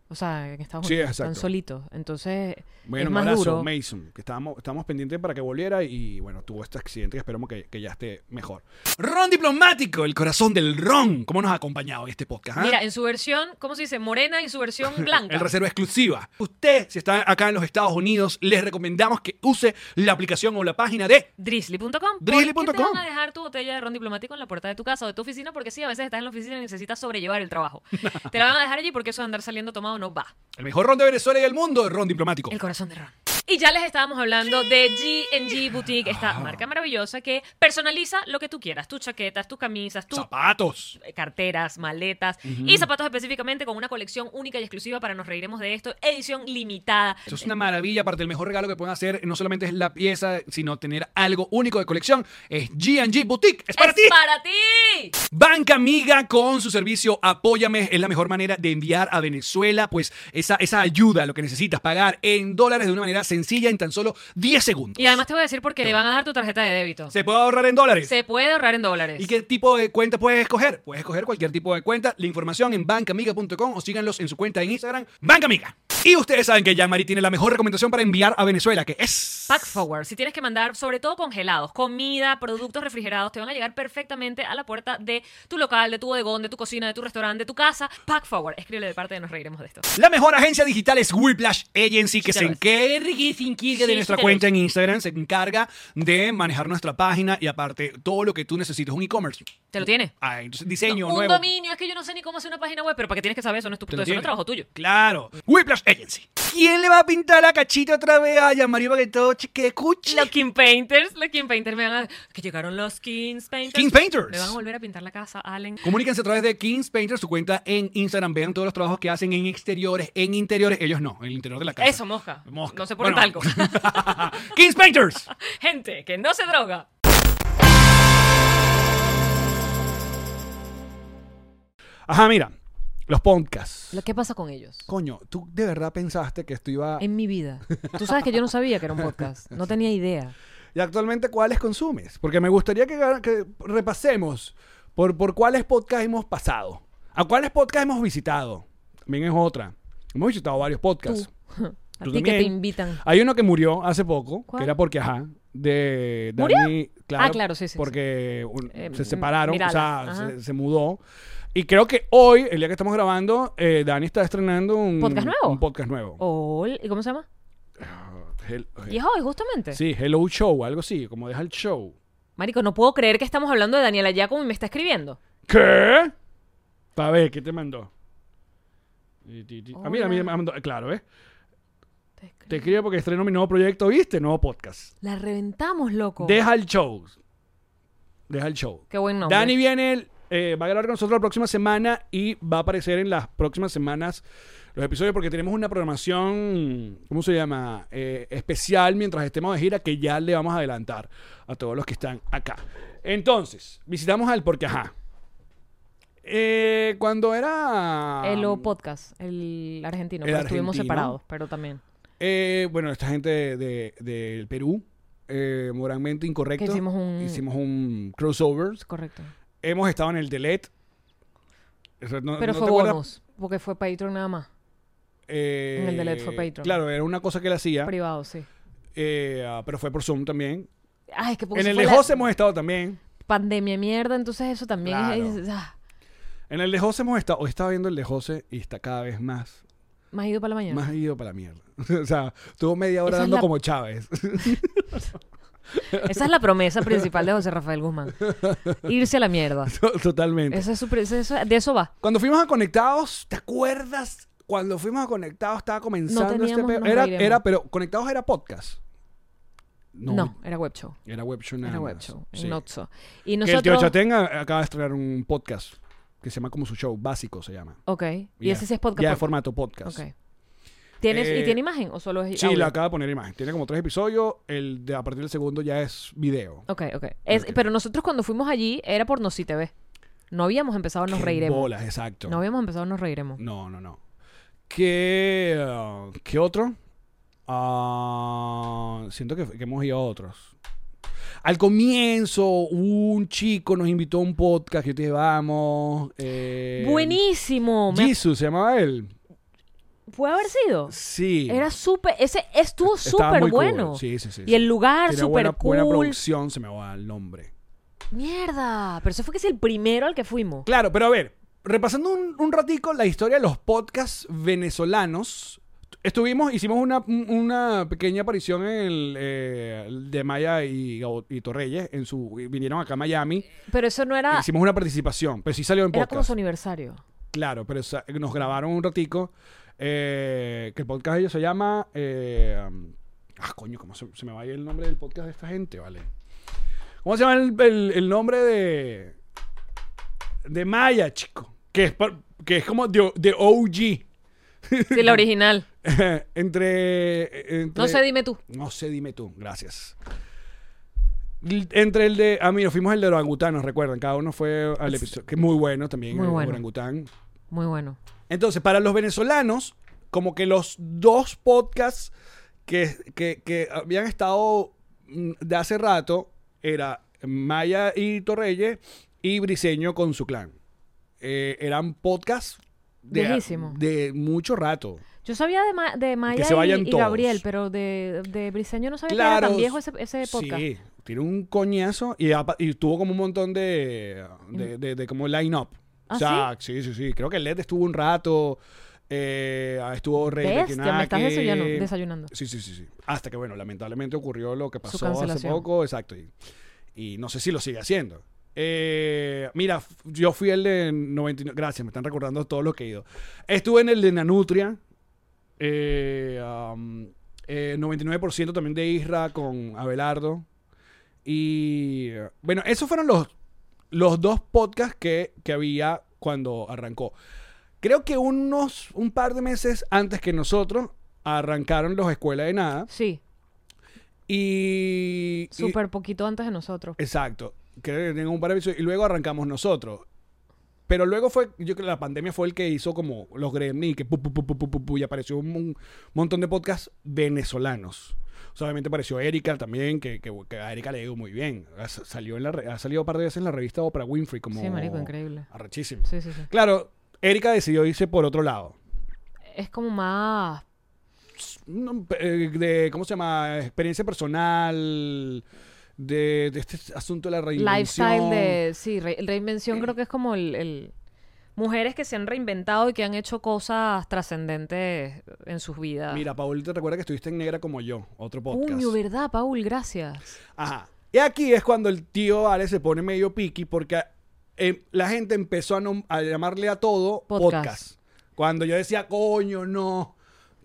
Speaker 5: O sea, en Estados
Speaker 4: Sí,
Speaker 5: Unidos están
Speaker 4: exacto.
Speaker 5: solitos. Entonces,
Speaker 4: Bueno,
Speaker 5: es
Speaker 4: un
Speaker 5: más
Speaker 4: abrazo,
Speaker 5: duro.
Speaker 4: Mason, que estábamos, estábamos pendientes para que volviera y bueno, tuvo este accidente que esperamos que, que ya esté mejor. Ron diplomático, el corazón del ron. ¿Cómo nos ha acompañado este podcast?
Speaker 5: Mira, en su versión, ¿cómo se dice? Morena y su versión blanca.
Speaker 4: El reserva exclusiva. Usted, si está acá en los Estados Unidos, les recomendamos que use la aplicación o la página de
Speaker 5: Drizzly.com.
Speaker 4: Drizzly.com.
Speaker 5: ¿Por qué te van a dejar tu botella de ron diplomático en la puerta de tu casa o de tu oficina? Porque sí, a veces estás en la oficina y necesitas sobrellevar el trabajo. te la van a dejar allí porque eso de andar saliendo tomado no va.
Speaker 4: El mejor ron de Venezuela y del mundo, el ron diplomático.
Speaker 5: El corazón de ron. Y ya les estábamos hablando de G&G Boutique,
Speaker 4: Ah.
Speaker 5: esta marca maravillosa que personaliza lo que tú quieras. Tus chaquetas, tus camisas, tus
Speaker 4: Zapatos.
Speaker 5: carteras, maletas y zapatos específicamente con una colección única y exclusiva para Nos Reiremos de Esto, edición limitada.
Speaker 4: Eso es una maravilla. Aparte, el mejor regalo que pueden hacer no solamente es la pieza, sino tener algo único de colección. Es GG Boutique. Es para
Speaker 5: ¡Es
Speaker 4: ti.
Speaker 5: para ti!
Speaker 4: Banca Amiga con su servicio Apóyame es la mejor manera de enviar a Venezuela pues esa, esa ayuda, lo que necesitas pagar en dólares de una manera sencilla en tan solo 10 segundos.
Speaker 5: Y además te voy a decir porque le van a dar tu tarjeta de débito.
Speaker 4: ¿Se puede ahorrar en dólares?
Speaker 5: Se puede ahorrar en dólares.
Speaker 4: ¿Y qué tipo de cuenta puedes escoger? Puedes escoger cualquier tipo de cuenta. La información en bancamiga.com o síganlos en su cuenta en Instagram, Banca Amiga. Y ustedes saben que Jean-Marie tiene la mejor recomendación para enviar a Venezuela, que es...
Speaker 5: Pack Forward, si tienes que mandar sobre todo congelados, comida, productos refrigerados, te van a llegar perfectamente a la puerta de tu local, de tu bodegón, de tu cocina, de tu restaurante, de tu casa. Pack Forward, escríbele de parte de Nos Reiremos de Esto.
Speaker 4: La mejor agencia digital es Whiplash Agency, que
Speaker 5: Sí,
Speaker 4: se
Speaker 5: lo es.
Speaker 4: encarga de
Speaker 5: Sí,
Speaker 4: nuestra
Speaker 5: sí, lo
Speaker 4: cuenta en Instagram, se encarga de manejar nuestra página y aparte todo lo que tú necesites, un e-commerce.
Speaker 5: ¿Te lo tiene?
Speaker 4: Ah, entonces diseño
Speaker 5: un
Speaker 4: nuevo.
Speaker 5: dominio, es que yo no sé ni cómo hacer una página web, pero para qué tienes que saber eso, no es tu
Speaker 4: Te lo
Speaker 5: eso no
Speaker 4: tiene.
Speaker 5: es trabajo tuyo.
Speaker 4: Claro. Whiplash Agency. ¿Quién le va a pintar la cachita otra vez a Jean-Marie para que todo que cuchi?
Speaker 5: Los King Painters, los King Painters me van a... Que llegaron los King Painters.
Speaker 4: King Painters.
Speaker 5: Me van a volver a pintar la casa, Allen.
Speaker 4: Comuníquense a través de Kings Painter, su cuenta en Instagram. Vean todos los trabajos que hacen en exteriores, en interiores. Ellos no, en el interior de la casa.
Speaker 5: Eso, mosca.
Speaker 4: Mosca.
Speaker 5: No se pone
Speaker 4: Bueno.
Speaker 5: talco.
Speaker 4: Kings Painters.
Speaker 5: Gente, que no se droga.
Speaker 4: Ajá, mira. Los podcasts.
Speaker 5: ¿Qué pasa con ellos?
Speaker 4: Coño, ¿tú de verdad pensaste que esto iba...
Speaker 5: En mi vida. Tú sabes que yo no sabía que era un podcast. No tenía idea.
Speaker 4: ¿Y actualmente cuáles consumes? Porque me gustaría que, que repasemos por, por cuáles podcasts hemos pasado. ¿A cuáles podcasts hemos visitado? También es otra. Hemos visitado varios podcasts.
Speaker 5: A
Speaker 4: Tú
Speaker 5: ti que
Speaker 4: también.
Speaker 5: te invitan.
Speaker 4: Hay uno que murió hace poco,
Speaker 5: ¿Cuál?
Speaker 4: que era porque, ajá, de
Speaker 5: ¿Murió?
Speaker 4: Dani, claro,
Speaker 5: Ah, claro, sí, sí,
Speaker 4: porque un-
Speaker 5: Eh,
Speaker 4: se
Speaker 5: mm,
Speaker 4: separaron, o
Speaker 5: Mirala,
Speaker 4: sea,
Speaker 5: ajá.
Speaker 4: se, se mudó. Y creo que hoy, el día que estamos grabando, eh, Dani está estrenando un
Speaker 5: ¿Podcast nuevo? Oh.
Speaker 4: Un podcast nuevo.
Speaker 5: Ol- ¿Y cómo se llama?
Speaker 4: Hel-
Speaker 5: Y es hoy, justamente.
Speaker 4: sí, Hello Show, algo así, como deja el show.
Speaker 5: Marico, no puedo creer que estamos hablando de Daniela Giacomo y me está escribiendo.
Speaker 4: ¿Qué? Pa' ver, ¿qué te mandó? Ti, ti, ti. Ah, mira, a mí me
Speaker 5: Hola.
Speaker 4: mandó, claro, ¿ves? Te escribe porque estreno mi nuevo proyecto, ¿viste? Nuevo podcast.
Speaker 5: La reventamos, loco.
Speaker 4: Deja el show. Deja el show.
Speaker 5: Qué buen nombre.
Speaker 4: Dani viene, el- eh, va a grabar con nosotros la próxima semana y va a aparecer en las próximas semanas los episodios porque tenemos una programación, ¿cómo se llama? Eh, especial mientras estemos de gira que ya le vamos a adelantar a todos los que están acá. Entonces, visitamos al porque ajá. Eh, cuando era...
Speaker 5: El O podcast, el argentino.
Speaker 4: El
Speaker 5: pero estuvimos
Speaker 4: argentino.
Speaker 5: separados, pero también.
Speaker 4: Eh, bueno, esta gente de- de- del Perú. eh, moralmente incorrecto.
Speaker 5: Que hicimos un-
Speaker 4: Hicimos un crossover.
Speaker 5: Es correcto.
Speaker 4: Hemos estado en el Delete. O sea, no-
Speaker 5: Pero
Speaker 4: ¿no
Speaker 5: fue
Speaker 4: te acuerdas?
Speaker 5: bonus, porque fue Patreon nada más.
Speaker 4: Eh,
Speaker 5: En el Delete fue Patreon.
Speaker 4: Claro, era una cosa que él hacía.
Speaker 5: Privado, sí.
Speaker 4: eh, ah, pero fue por Zoom también.
Speaker 5: Ay, es que porque
Speaker 4: en
Speaker 5: eso
Speaker 4: el
Speaker 5: fue
Speaker 4: de
Speaker 5: la
Speaker 4: José hemos estado también.
Speaker 5: pandemia mierda, entonces eso también es,
Speaker 4: Claro.
Speaker 5: es- ah,
Speaker 4: En el de José hemos estado. Hoy estaba viendo el de José y está cada vez más,
Speaker 5: más ido para la mañana.
Speaker 4: más ido para la mierda. o sea, tuvo media hora
Speaker 5: Esa es
Speaker 4: dando
Speaker 5: la-
Speaker 4: como Chávez.
Speaker 5: Esa es la promesa principal de José Rafael Guzmán. Irse a la mierda.
Speaker 4: Totalmente.
Speaker 5: Esa es su pre- esa- esa- de eso va.
Speaker 4: Cuando fuimos a Conectados, ¿te acuerdas? Cuando fuimos a Conectados estaba comenzando
Speaker 5: teníamos
Speaker 4: este pe-
Speaker 5: Nos
Speaker 4: Era,
Speaker 5: Reiremos.
Speaker 4: era, pero Conectados era podcast.
Speaker 5: No, era web show.
Speaker 4: Era web show nada
Speaker 5: Era web
Speaker 4: más.
Speaker 5: show.
Speaker 4: Sí.
Speaker 5: en Otso. Y
Speaker 4: Que el tío
Speaker 5: nosotros...
Speaker 4: Chatén a- acaba de estrenar un podcast que se llama como su show, básico se llama.
Speaker 5: Ok. Y
Speaker 4: Ya.
Speaker 5: ese sí es podcast.
Speaker 4: Ya de
Speaker 5: podcast.
Speaker 4: formato podcast.
Speaker 5: Ok. ¿Tienes,
Speaker 4: Eh,
Speaker 5: ¿Y tiene imagen o solo es
Speaker 4: Sí,
Speaker 5: audio?
Speaker 4: lo acaba de poner imagen. Tiene como tres episodios. El de, a partir del segundo ya es video.
Speaker 5: Ok, ok. Es-
Speaker 4: Ok.
Speaker 5: Pero nosotros cuando fuimos allí era por No Si TV. No habíamos empezado Nos
Speaker 4: Qué
Speaker 5: Reiremos.
Speaker 4: Bolas, exacto.
Speaker 5: No habíamos empezado Nos Reiremos.
Speaker 4: No, no, no. ¿Qué, ah, qué otro? Ah, siento que, que hemos ido a otros. Al comienzo, un chico nos invitó a un podcast que yo te dije, vamos. eh,
Speaker 5: Buenísimo. Me-
Speaker 4: Jesus se llamaba él.
Speaker 5: Puede haber sido.
Speaker 4: Sí.
Speaker 5: Era súper, ese estuvo
Speaker 4: Estaba
Speaker 5: súper
Speaker 4: muy cool.
Speaker 5: bueno.
Speaker 4: Sí, sí, sí.
Speaker 5: Y el lugar
Speaker 4: Tenía
Speaker 5: súper
Speaker 4: buena, buena
Speaker 5: cool.
Speaker 4: producción, se me va el nombre.
Speaker 5: Mierda. Pero eso fue que es el primero al que fuimos.
Speaker 4: Claro, pero a ver, repasando un, un ratico la historia de los podcasts venezolanos. Estuvimos, hicimos una, una pequeña aparición en el, eh, el de Maya y, Gabo- y Torreyes. En su, y vinieron acá a Miami.
Speaker 5: Pero eso no era,
Speaker 4: Hicimos una participación, pero sí salió en
Speaker 5: Ah. era
Speaker 4: podcast.
Speaker 5: como su aniversario.
Speaker 4: Claro, pero sa- nos grabaron un ratico. eh, que el podcast de ellos se llama... eh, um, ah, coño, ¿cómo se, se me va a ir el nombre del podcast de esta gente? Vale. ¿Cómo se llama el, el- el nombre de... De Maya, chico? Que es, par- que es como de, de OG.
Speaker 5: Sí, la original.
Speaker 4: entre, entre-
Speaker 5: No sé, dime tú.
Speaker 4: No sé, dime tú. Gracias. L- Entre el de... Ah, mira, fuimos el de orangutanos, recuerdan. Cada uno fue al episodio. Que muy bueno también.
Speaker 5: Muy
Speaker 4: el
Speaker 5: bueno.
Speaker 4: Orangután.
Speaker 5: Muy bueno.
Speaker 4: Entonces, para los venezolanos, como que los dos podcasts que, que- que habían estado mm, de hace rato era Maya y Torreyes y Briseño con su clan. Eh, eran podcasts de,
Speaker 5: Viejísimo.
Speaker 4: de mucho rato.
Speaker 5: Yo sabía de, Ma- de Maya
Speaker 4: se
Speaker 5: y-
Speaker 4: vayan
Speaker 5: y,
Speaker 4: todos.
Speaker 5: Gabriel, pero de, de Briseño no sabía que era tan viejo ese, ese Este podcast.
Speaker 4: Sí, tiene un coñazo y, apa- y tuvo como un montón de, de, de- de como line-up.
Speaker 5: ¿Ah,
Speaker 4: o sea, sí, sí, sí. Creo que Led estuvo un rato. eh, estuvo Rey
Speaker 5: Bestia, me estás
Speaker 4: Requinaki.
Speaker 5: desayunando. desayunando.
Speaker 4: Sí, sí, sí, sí. Hasta que, bueno, lamentablemente ocurrió lo que pasó hace
Speaker 5: cancelación.
Speaker 4: poco, exacto. Y, y no sé si lo sigue haciendo. Eh, mira, f- yo fui el de 99. Gracias, me están recordando todo lo que he ido. Estuve en el de Nanutria. eh, am, eh, 99% también de Isra con Abelardo. Y eh, bueno, esos fueron los, los dos podcasts que, que había cuando arrancó. Creo que unos, un par de meses antes que nosotros arrancaron los Escuela de Nada.
Speaker 5: Sí,
Speaker 4: Y. y-
Speaker 5: súper poquito antes de nosotros.
Speaker 4: exacto. Creo que tengo un par de episodios. Y luego arrancamos nosotros. Pero luego fue, yo creo que la pandemia fue el que hizo como los Gremlins, que pu, pu, pu, pu, pu, pu, pu, y apareció un, un montón de podcasts venezolanos. O sea, obviamente apareció Erika también, que, que- que a Erika le digo muy bien. Ha, s- salió en la, re- ha salido un par de veces en la revista Oprah Winfrey como...
Speaker 5: Sí, marico, increíble.
Speaker 4: Arrechísimo.
Speaker 5: Sí, sí, sí.
Speaker 4: Claro, Erika decidió irse por otro lado.
Speaker 5: Es como más...
Speaker 4: No, eh, de, ¿cómo se llama? Experiencia personal, de, de este asunto de la reinvención. Eh.
Speaker 5: Lifestyle de... Sí, re- reinvención creo que es como el, el- Mujeres que se han reinventado y que han hecho cosas trascendentes en sus vidas.
Speaker 4: Mira, Paul, te recuerda que estuviste en Negra como yo, otro podcast.
Speaker 5: Puño, ¿verdad, Paul? Gracias.
Speaker 4: Ajá. Y aquí es cuando el tío Ale se pone medio piqui porque eh, la gente empezó a, nom- a llamarle a todo podcast.
Speaker 5: Podcast.
Speaker 4: Cuando yo decía, coño, no.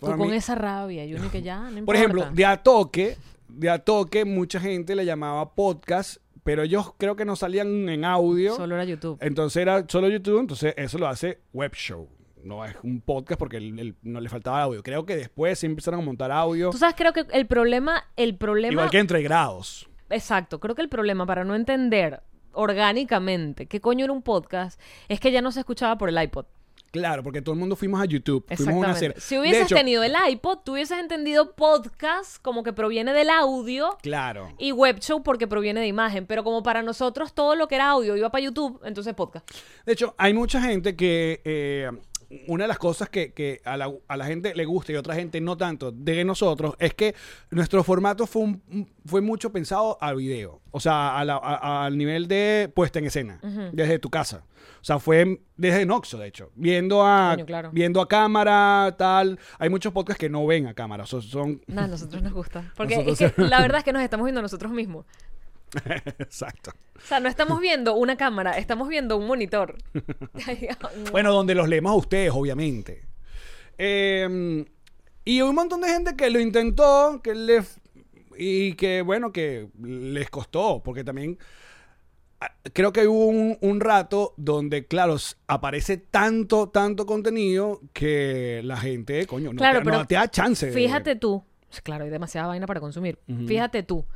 Speaker 4: Para
Speaker 5: Tú con
Speaker 4: mí-
Speaker 5: esa rabia, yo ni que ya, no
Speaker 4: Por
Speaker 5: importa.
Speaker 4: ejemplo, de a toque, de a toque, mucha gente le llamaba podcast, pero ellos creo que no salían en audio.
Speaker 5: Solo era YouTube.
Speaker 4: Entonces era solo YouTube, entonces eso lo hace web show. No es un podcast porque el- el- no le faltaba audio. Creo que después sí empezaron a montar audio.
Speaker 5: Tú sabes, creo que el problema... El problema...
Speaker 4: Igual que entre grados.
Speaker 5: Exacto, creo que el problema para no entender orgánicamente qué coño era un podcast es que ya no se escuchaba por el iPod.
Speaker 4: Claro, porque todo el mundo fuimos a YouTube. Fuimos a una serie.
Speaker 5: Exactamente. Si
Speaker 4: De
Speaker 5: hubieses
Speaker 4: hecho,
Speaker 5: tenido el iPod, tú hubieses entendido podcast como que proviene del audio
Speaker 4: Claro.
Speaker 5: y web show porque proviene de imagen. Pero como para nosotros todo lo que era audio iba para YouTube, entonces podcast.
Speaker 4: De hecho, hay mucha gente que eh, una de las cosas que, que a, la, a la gente le gusta y otra gente no tanto de nosotros es que nuestro formato fue, un- fue mucho pensado al video, o sea, a la- a- al nivel de puesta en escena, desde tu casa. O sea, fue desde Noxo, de hecho, viendo a,
Speaker 5: Coño, claro.
Speaker 4: viendo a cámara, tal. Hay muchos podcasts que no ven a cámara, son, son
Speaker 5: Nada, a nosotros nos gusta. Porque
Speaker 4: Nosotros-
Speaker 5: es que la verdad es que nos estamos viendo nosotros mismos.
Speaker 4: exacto.
Speaker 5: O sea, no estamos viendo una cámara, estamos viendo un monitor. Ay,
Speaker 4: Bueno, donde los leemos a ustedes, obviamente. Eh, y un montón de gente que lo intentó, que les. Y que, bueno, que les costó, porque también. ah, Creo que hubo un, un rato donde, claro, s- aparece tanto, tanto contenido que la gente, coño, no,
Speaker 5: Claro,
Speaker 4: te,
Speaker 5: pero
Speaker 4: no te da chance. de-
Speaker 5: Fíjate tú. pues Claro, hay demasiada vaina para consumir. Fíjate tú.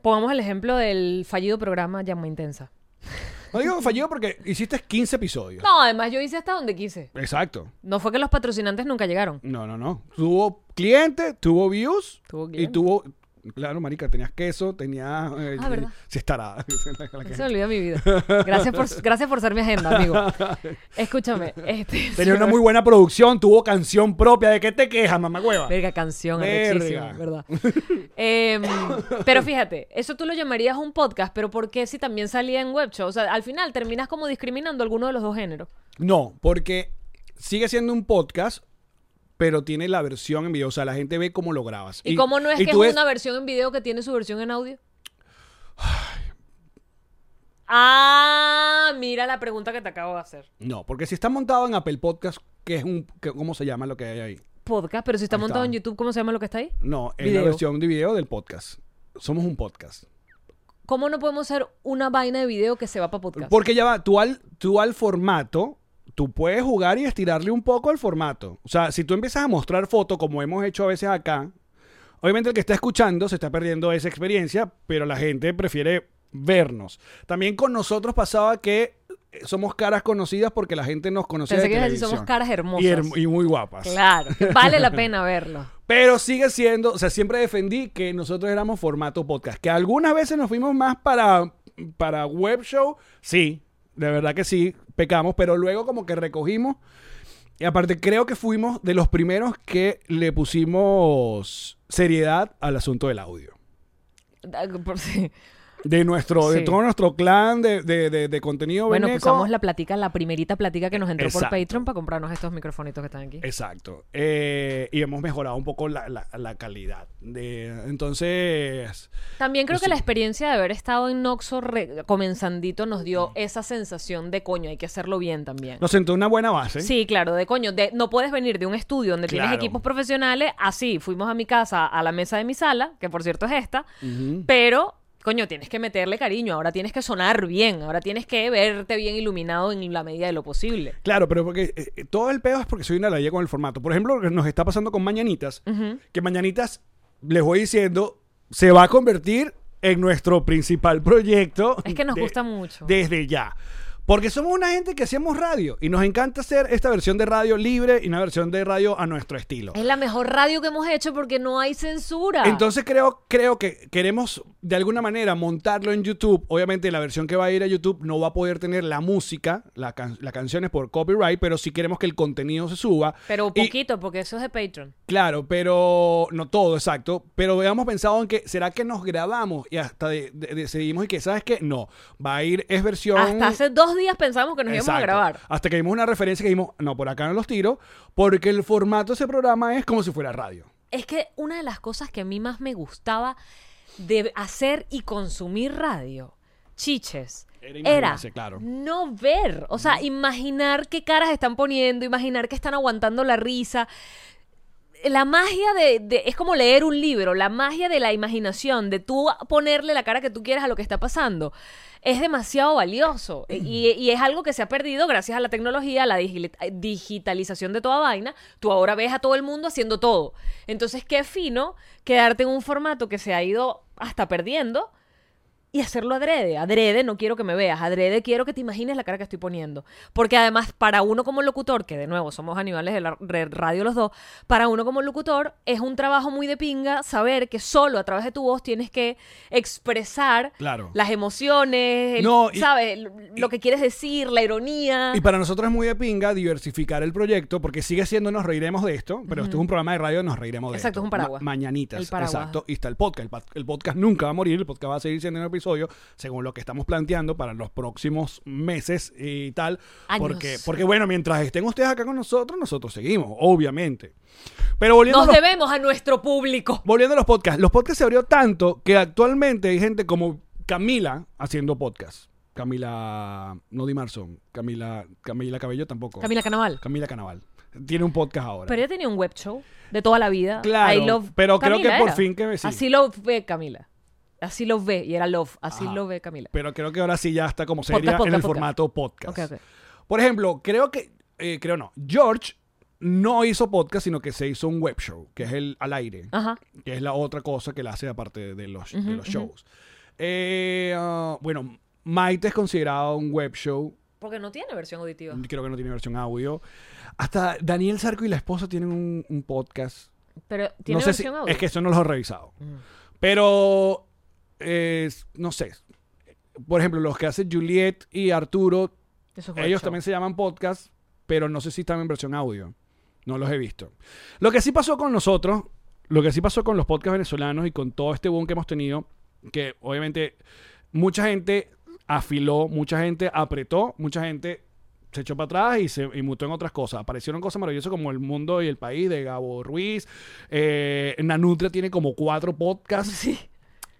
Speaker 5: Pongamos el ejemplo del fallido programa Llama Intensa.
Speaker 4: No digo que falló porque hiciste 15 episodios.
Speaker 5: No, además yo hice hasta donde quise.
Speaker 4: Exacto.
Speaker 5: No fue que los patrocinantes nunca llegaron.
Speaker 4: No, no, no. Tuvo cliente, tuvo views
Speaker 5: Tuvo
Speaker 4: y
Speaker 5: cliente.
Speaker 4: tuvo... Claro, marica, tenías queso, tenías... eh,
Speaker 5: Ah, ¿verdad?
Speaker 4: Sí, estará.
Speaker 5: Se me olvidó mi vida. Gracias por, gracias por ser mi agenda, amigo. Escúchame. Este,
Speaker 4: Tenía una muy buena producción, tuvo canción propia. ¿De qué te quejas, mamá hueva?
Speaker 5: Verga canción,
Speaker 4: Verga.
Speaker 5: arrechísima, ¿verdad? Em, pero fíjate, eso tú lo llamarías un podcast, pero ¿por qué si también salía en web show? O sea, al final terminas como discriminando alguno de los dos géneros.
Speaker 4: No, porque sigue siendo un podcast, pero tiene la versión en video. O sea, la gente ve cómo lo grabas.
Speaker 5: ¿Y, cómo no es
Speaker 4: y
Speaker 5: que es
Speaker 4: tú ves-
Speaker 5: una versión en video que tiene su versión en audio? Ah, mira la pregunta que te acabo de hacer.
Speaker 4: No, porque si está montado en Apple Podcast, que es un... que- ¿Cómo se llama lo que hay ahí?
Speaker 5: Podcast, pero si está
Speaker 4: Ahí
Speaker 5: montado
Speaker 4: está.
Speaker 5: en YouTube, ¿cómo se llama lo que está ahí?
Speaker 4: No, es la
Speaker 5: Video.
Speaker 4: versión de video del podcast. Somos un podcast.
Speaker 5: ¿Cómo no podemos hacer una vaina de video que se va para podcast?
Speaker 4: Porque ya va, tú al, tú al formato, tú puedes jugar y estirarle un poco al formato. O sea, si tú empiezas a mostrar fotos, como hemos hecho a veces acá, obviamente el que está escuchando se está perdiendo esa experiencia, pero la gente prefiere vernos. También con nosotros pasaba que eh, somos caras conocidas porque la gente nos conocía de
Speaker 5: Pensé que ibas a decir,
Speaker 4: televisión.
Speaker 5: somos caras hermosas.
Speaker 4: Y, herm- y muy guapas.
Speaker 5: Claro, que vale la pena verlo.
Speaker 4: Pero sigue siendo, o sea, siempre defendí que nosotros éramos formato podcast, que algunas veces nos fuimos más para, para web show, sí, de verdad que sí, pecamos, pero luego como que recogimos, y aparte creo que fuimos de los primeros que le pusimos seriedad al asunto del audio.
Speaker 5: Da- por- sí.
Speaker 4: De nuestro, de
Speaker 5: Sí.
Speaker 4: todo nuestro clan de, de, de, de contenido
Speaker 5: Bueno,
Speaker 4: veneco.
Speaker 5: usamos la platica, la primerita platica que nos entró
Speaker 4: Exacto.
Speaker 5: por Patreon para comprarnos estos microfonitos que están aquí.
Speaker 4: Exacto. Eh, y hemos mejorado un poco la, la- la calidad. De, entonces,
Speaker 5: También creo
Speaker 4: Pues
Speaker 5: que la
Speaker 4: sí.
Speaker 5: experiencia de haber estado en Noxo re- comenzandito nos dio esa sensación de coño, hay que hacerlo bien también.
Speaker 4: nos sentó una buena base.
Speaker 5: Sí, claro, de coño, de, no puedes venir de un estudio donde tienes
Speaker 4: Claro.
Speaker 5: equipos profesionales, así, fuimos a mi casa, a la mesa de mi sala, que por cierto es esta, pero, coño, tienes que meterle cariño, ahora tienes que sonar bien, ahora tienes que verte bien iluminado en la medida de lo posible.
Speaker 4: Claro, pero porque eh, eh, todo el pedo es porque soy una ladilla con el formato. Por ejemplo, lo que nos está pasando con Mañanitas, que Mañanitas, les voy diciendo, se va a convertir en nuestro principal proyecto.
Speaker 5: Es que nos gusta mucho.
Speaker 4: Desde ya. Porque somos una gente que hacemos radio y nos encanta hacer esta versión de radio libre y una versión de radio a nuestro estilo.
Speaker 5: Es la mejor radio que hemos hecho porque no hay censura.
Speaker 4: Entonces creo, creo que queremos de alguna manera montarlo en YouTube. Obviamente la versión que va a ir a YouTube no va a poder tener la música, la can- las canciones por copyright, pero sí queremos que el contenido se suba.
Speaker 5: pero
Speaker 4: Y-
Speaker 5: poquito, porque eso es de Patreon.
Speaker 4: Claro, pero no todo, exacto. Pero habíamos pensado en que, ¿será que nos grabamos y hasta de- de- decidimos y que, ¿sabes qué? No, va a ir, es versión...
Speaker 5: Hasta hace dos días pensamos que nos íbamos a
Speaker 4: Exacto.
Speaker 5: grabar.
Speaker 4: Hasta que vimos una referencia que dijimos, no, por acá no los tiro, porque el formato de ese programa es como si fuera radio.
Speaker 5: Es que una de las cosas que a mí más me gustaba de hacer y consumir radio, chiches,
Speaker 4: Era
Speaker 5: era,
Speaker 4: imaginarse, claro.
Speaker 5: no ver. O sea, imaginar qué caras están poniendo, imaginar que están aguantando la risa. La magia de, de- Es como leer un libro, la magia de la imaginación, de tú ponerle la cara que tú quieras a lo que está pasando. Es demasiado valioso E, y, y es algo que se ha perdido gracias a la tecnología, a la digi- digitalización de toda vaina. Tú ahora ves a todo el mundo haciendo todo. Entonces, qué fino quedarte en un formato que se ha ido hasta perdiendo y hacerlo adrede. Adrede, no quiero que me veas. Adrede, quiero que te imagines la cara que estoy poniendo. Porque además, para uno como locutor, que de nuevo somos animales de la re- radio los dos, para uno como locutor es un trabajo muy de pinga saber que solo a través de tu voz tienes que expresar
Speaker 4: Claro.
Speaker 5: las emociones, el-
Speaker 4: No, y-
Speaker 5: ¿sabes? Lo que quieres decir, la ironía.
Speaker 4: Y para nosotros es muy de pinga diversificar el proyecto porque sigue siendo Nos Reiremos de esto, pero esto es un programa de radio, Nos Reiremos de
Speaker 5: Exacto,
Speaker 4: esto.
Speaker 5: es un paraguas.
Speaker 4: Ma- mañanitas.
Speaker 5: El paraguas.
Speaker 4: Exacto. Y está el podcast. El, pod- el podcast nunca va a morir, el podcast va a seguir siendo un episodio según lo que estamos planteando para los próximos meses y tal.
Speaker 5: Años.
Speaker 4: Porque, porque bueno, mientras estén ustedes acá con nosotros, nosotros seguimos, obviamente. Pero volviendo a
Speaker 5: Nos
Speaker 4: los
Speaker 5: debemos a nuestro público.
Speaker 4: Volviendo a los podcasts, los podcasts se abrió tanto que actualmente hay gente como Camila haciendo podcast. Camila, no Di Marzón, Camila, Camila Cabello tampoco.
Speaker 5: Camila Canaval.
Speaker 4: Camila Canaval. Tiene un podcast ahora.
Speaker 5: Pero ella tenía un web show de toda la vida.
Speaker 4: Claro,
Speaker 5: I love
Speaker 4: pero creo
Speaker 5: Camila
Speaker 4: que por
Speaker 5: era.
Speaker 4: fin que sí.
Speaker 5: Así lo ve Camila. Así lo ve y era love. Así
Speaker 4: Ajá.
Speaker 5: lo ve Camila.
Speaker 4: Pero creo que ahora sí ya está como seria
Speaker 5: Podcast,
Speaker 4: en el
Speaker 5: podcast,
Speaker 4: formato podcast.
Speaker 5: Ok, ok.
Speaker 4: Por ejemplo, creo que, eh, creo no, George no hizo podcast, sino que se hizo un web show, que es el al aire.
Speaker 5: Ajá.
Speaker 4: que es la otra cosa que la hace aparte de los, de los shows. Eh, ah, bueno, Maite es considerado un web show.
Speaker 5: Porque no tiene versión auditiva.
Speaker 4: Creo que no tiene versión audio. Hasta Daniel Sarco y la esposa tienen un, un podcast.
Speaker 5: Pero tiene
Speaker 4: no sé si-
Speaker 5: versión audio.
Speaker 4: Es que eso no lo he revisado. Pero, eh, no sé. Por ejemplo, los que hacen Juliet y Arturo,
Speaker 5: Eso es web
Speaker 4: ellos
Speaker 5: show.
Speaker 4: también se llaman podcast, pero no sé si están en versión audio. No los he visto. Lo que sí pasó con nosotros, lo que sí pasó con los podcasts venezolanos y con todo este boom que hemos tenido, que obviamente mucha gente afiló, mucha gente apretó, mucha gente se echó para atrás y se y mutó en otras cosas. Aparecieron cosas maravillosas como El Mundo y el País de Gabo Ruiz. Eh, Nanutria tiene como cuatro podcasts.
Speaker 5: Sí.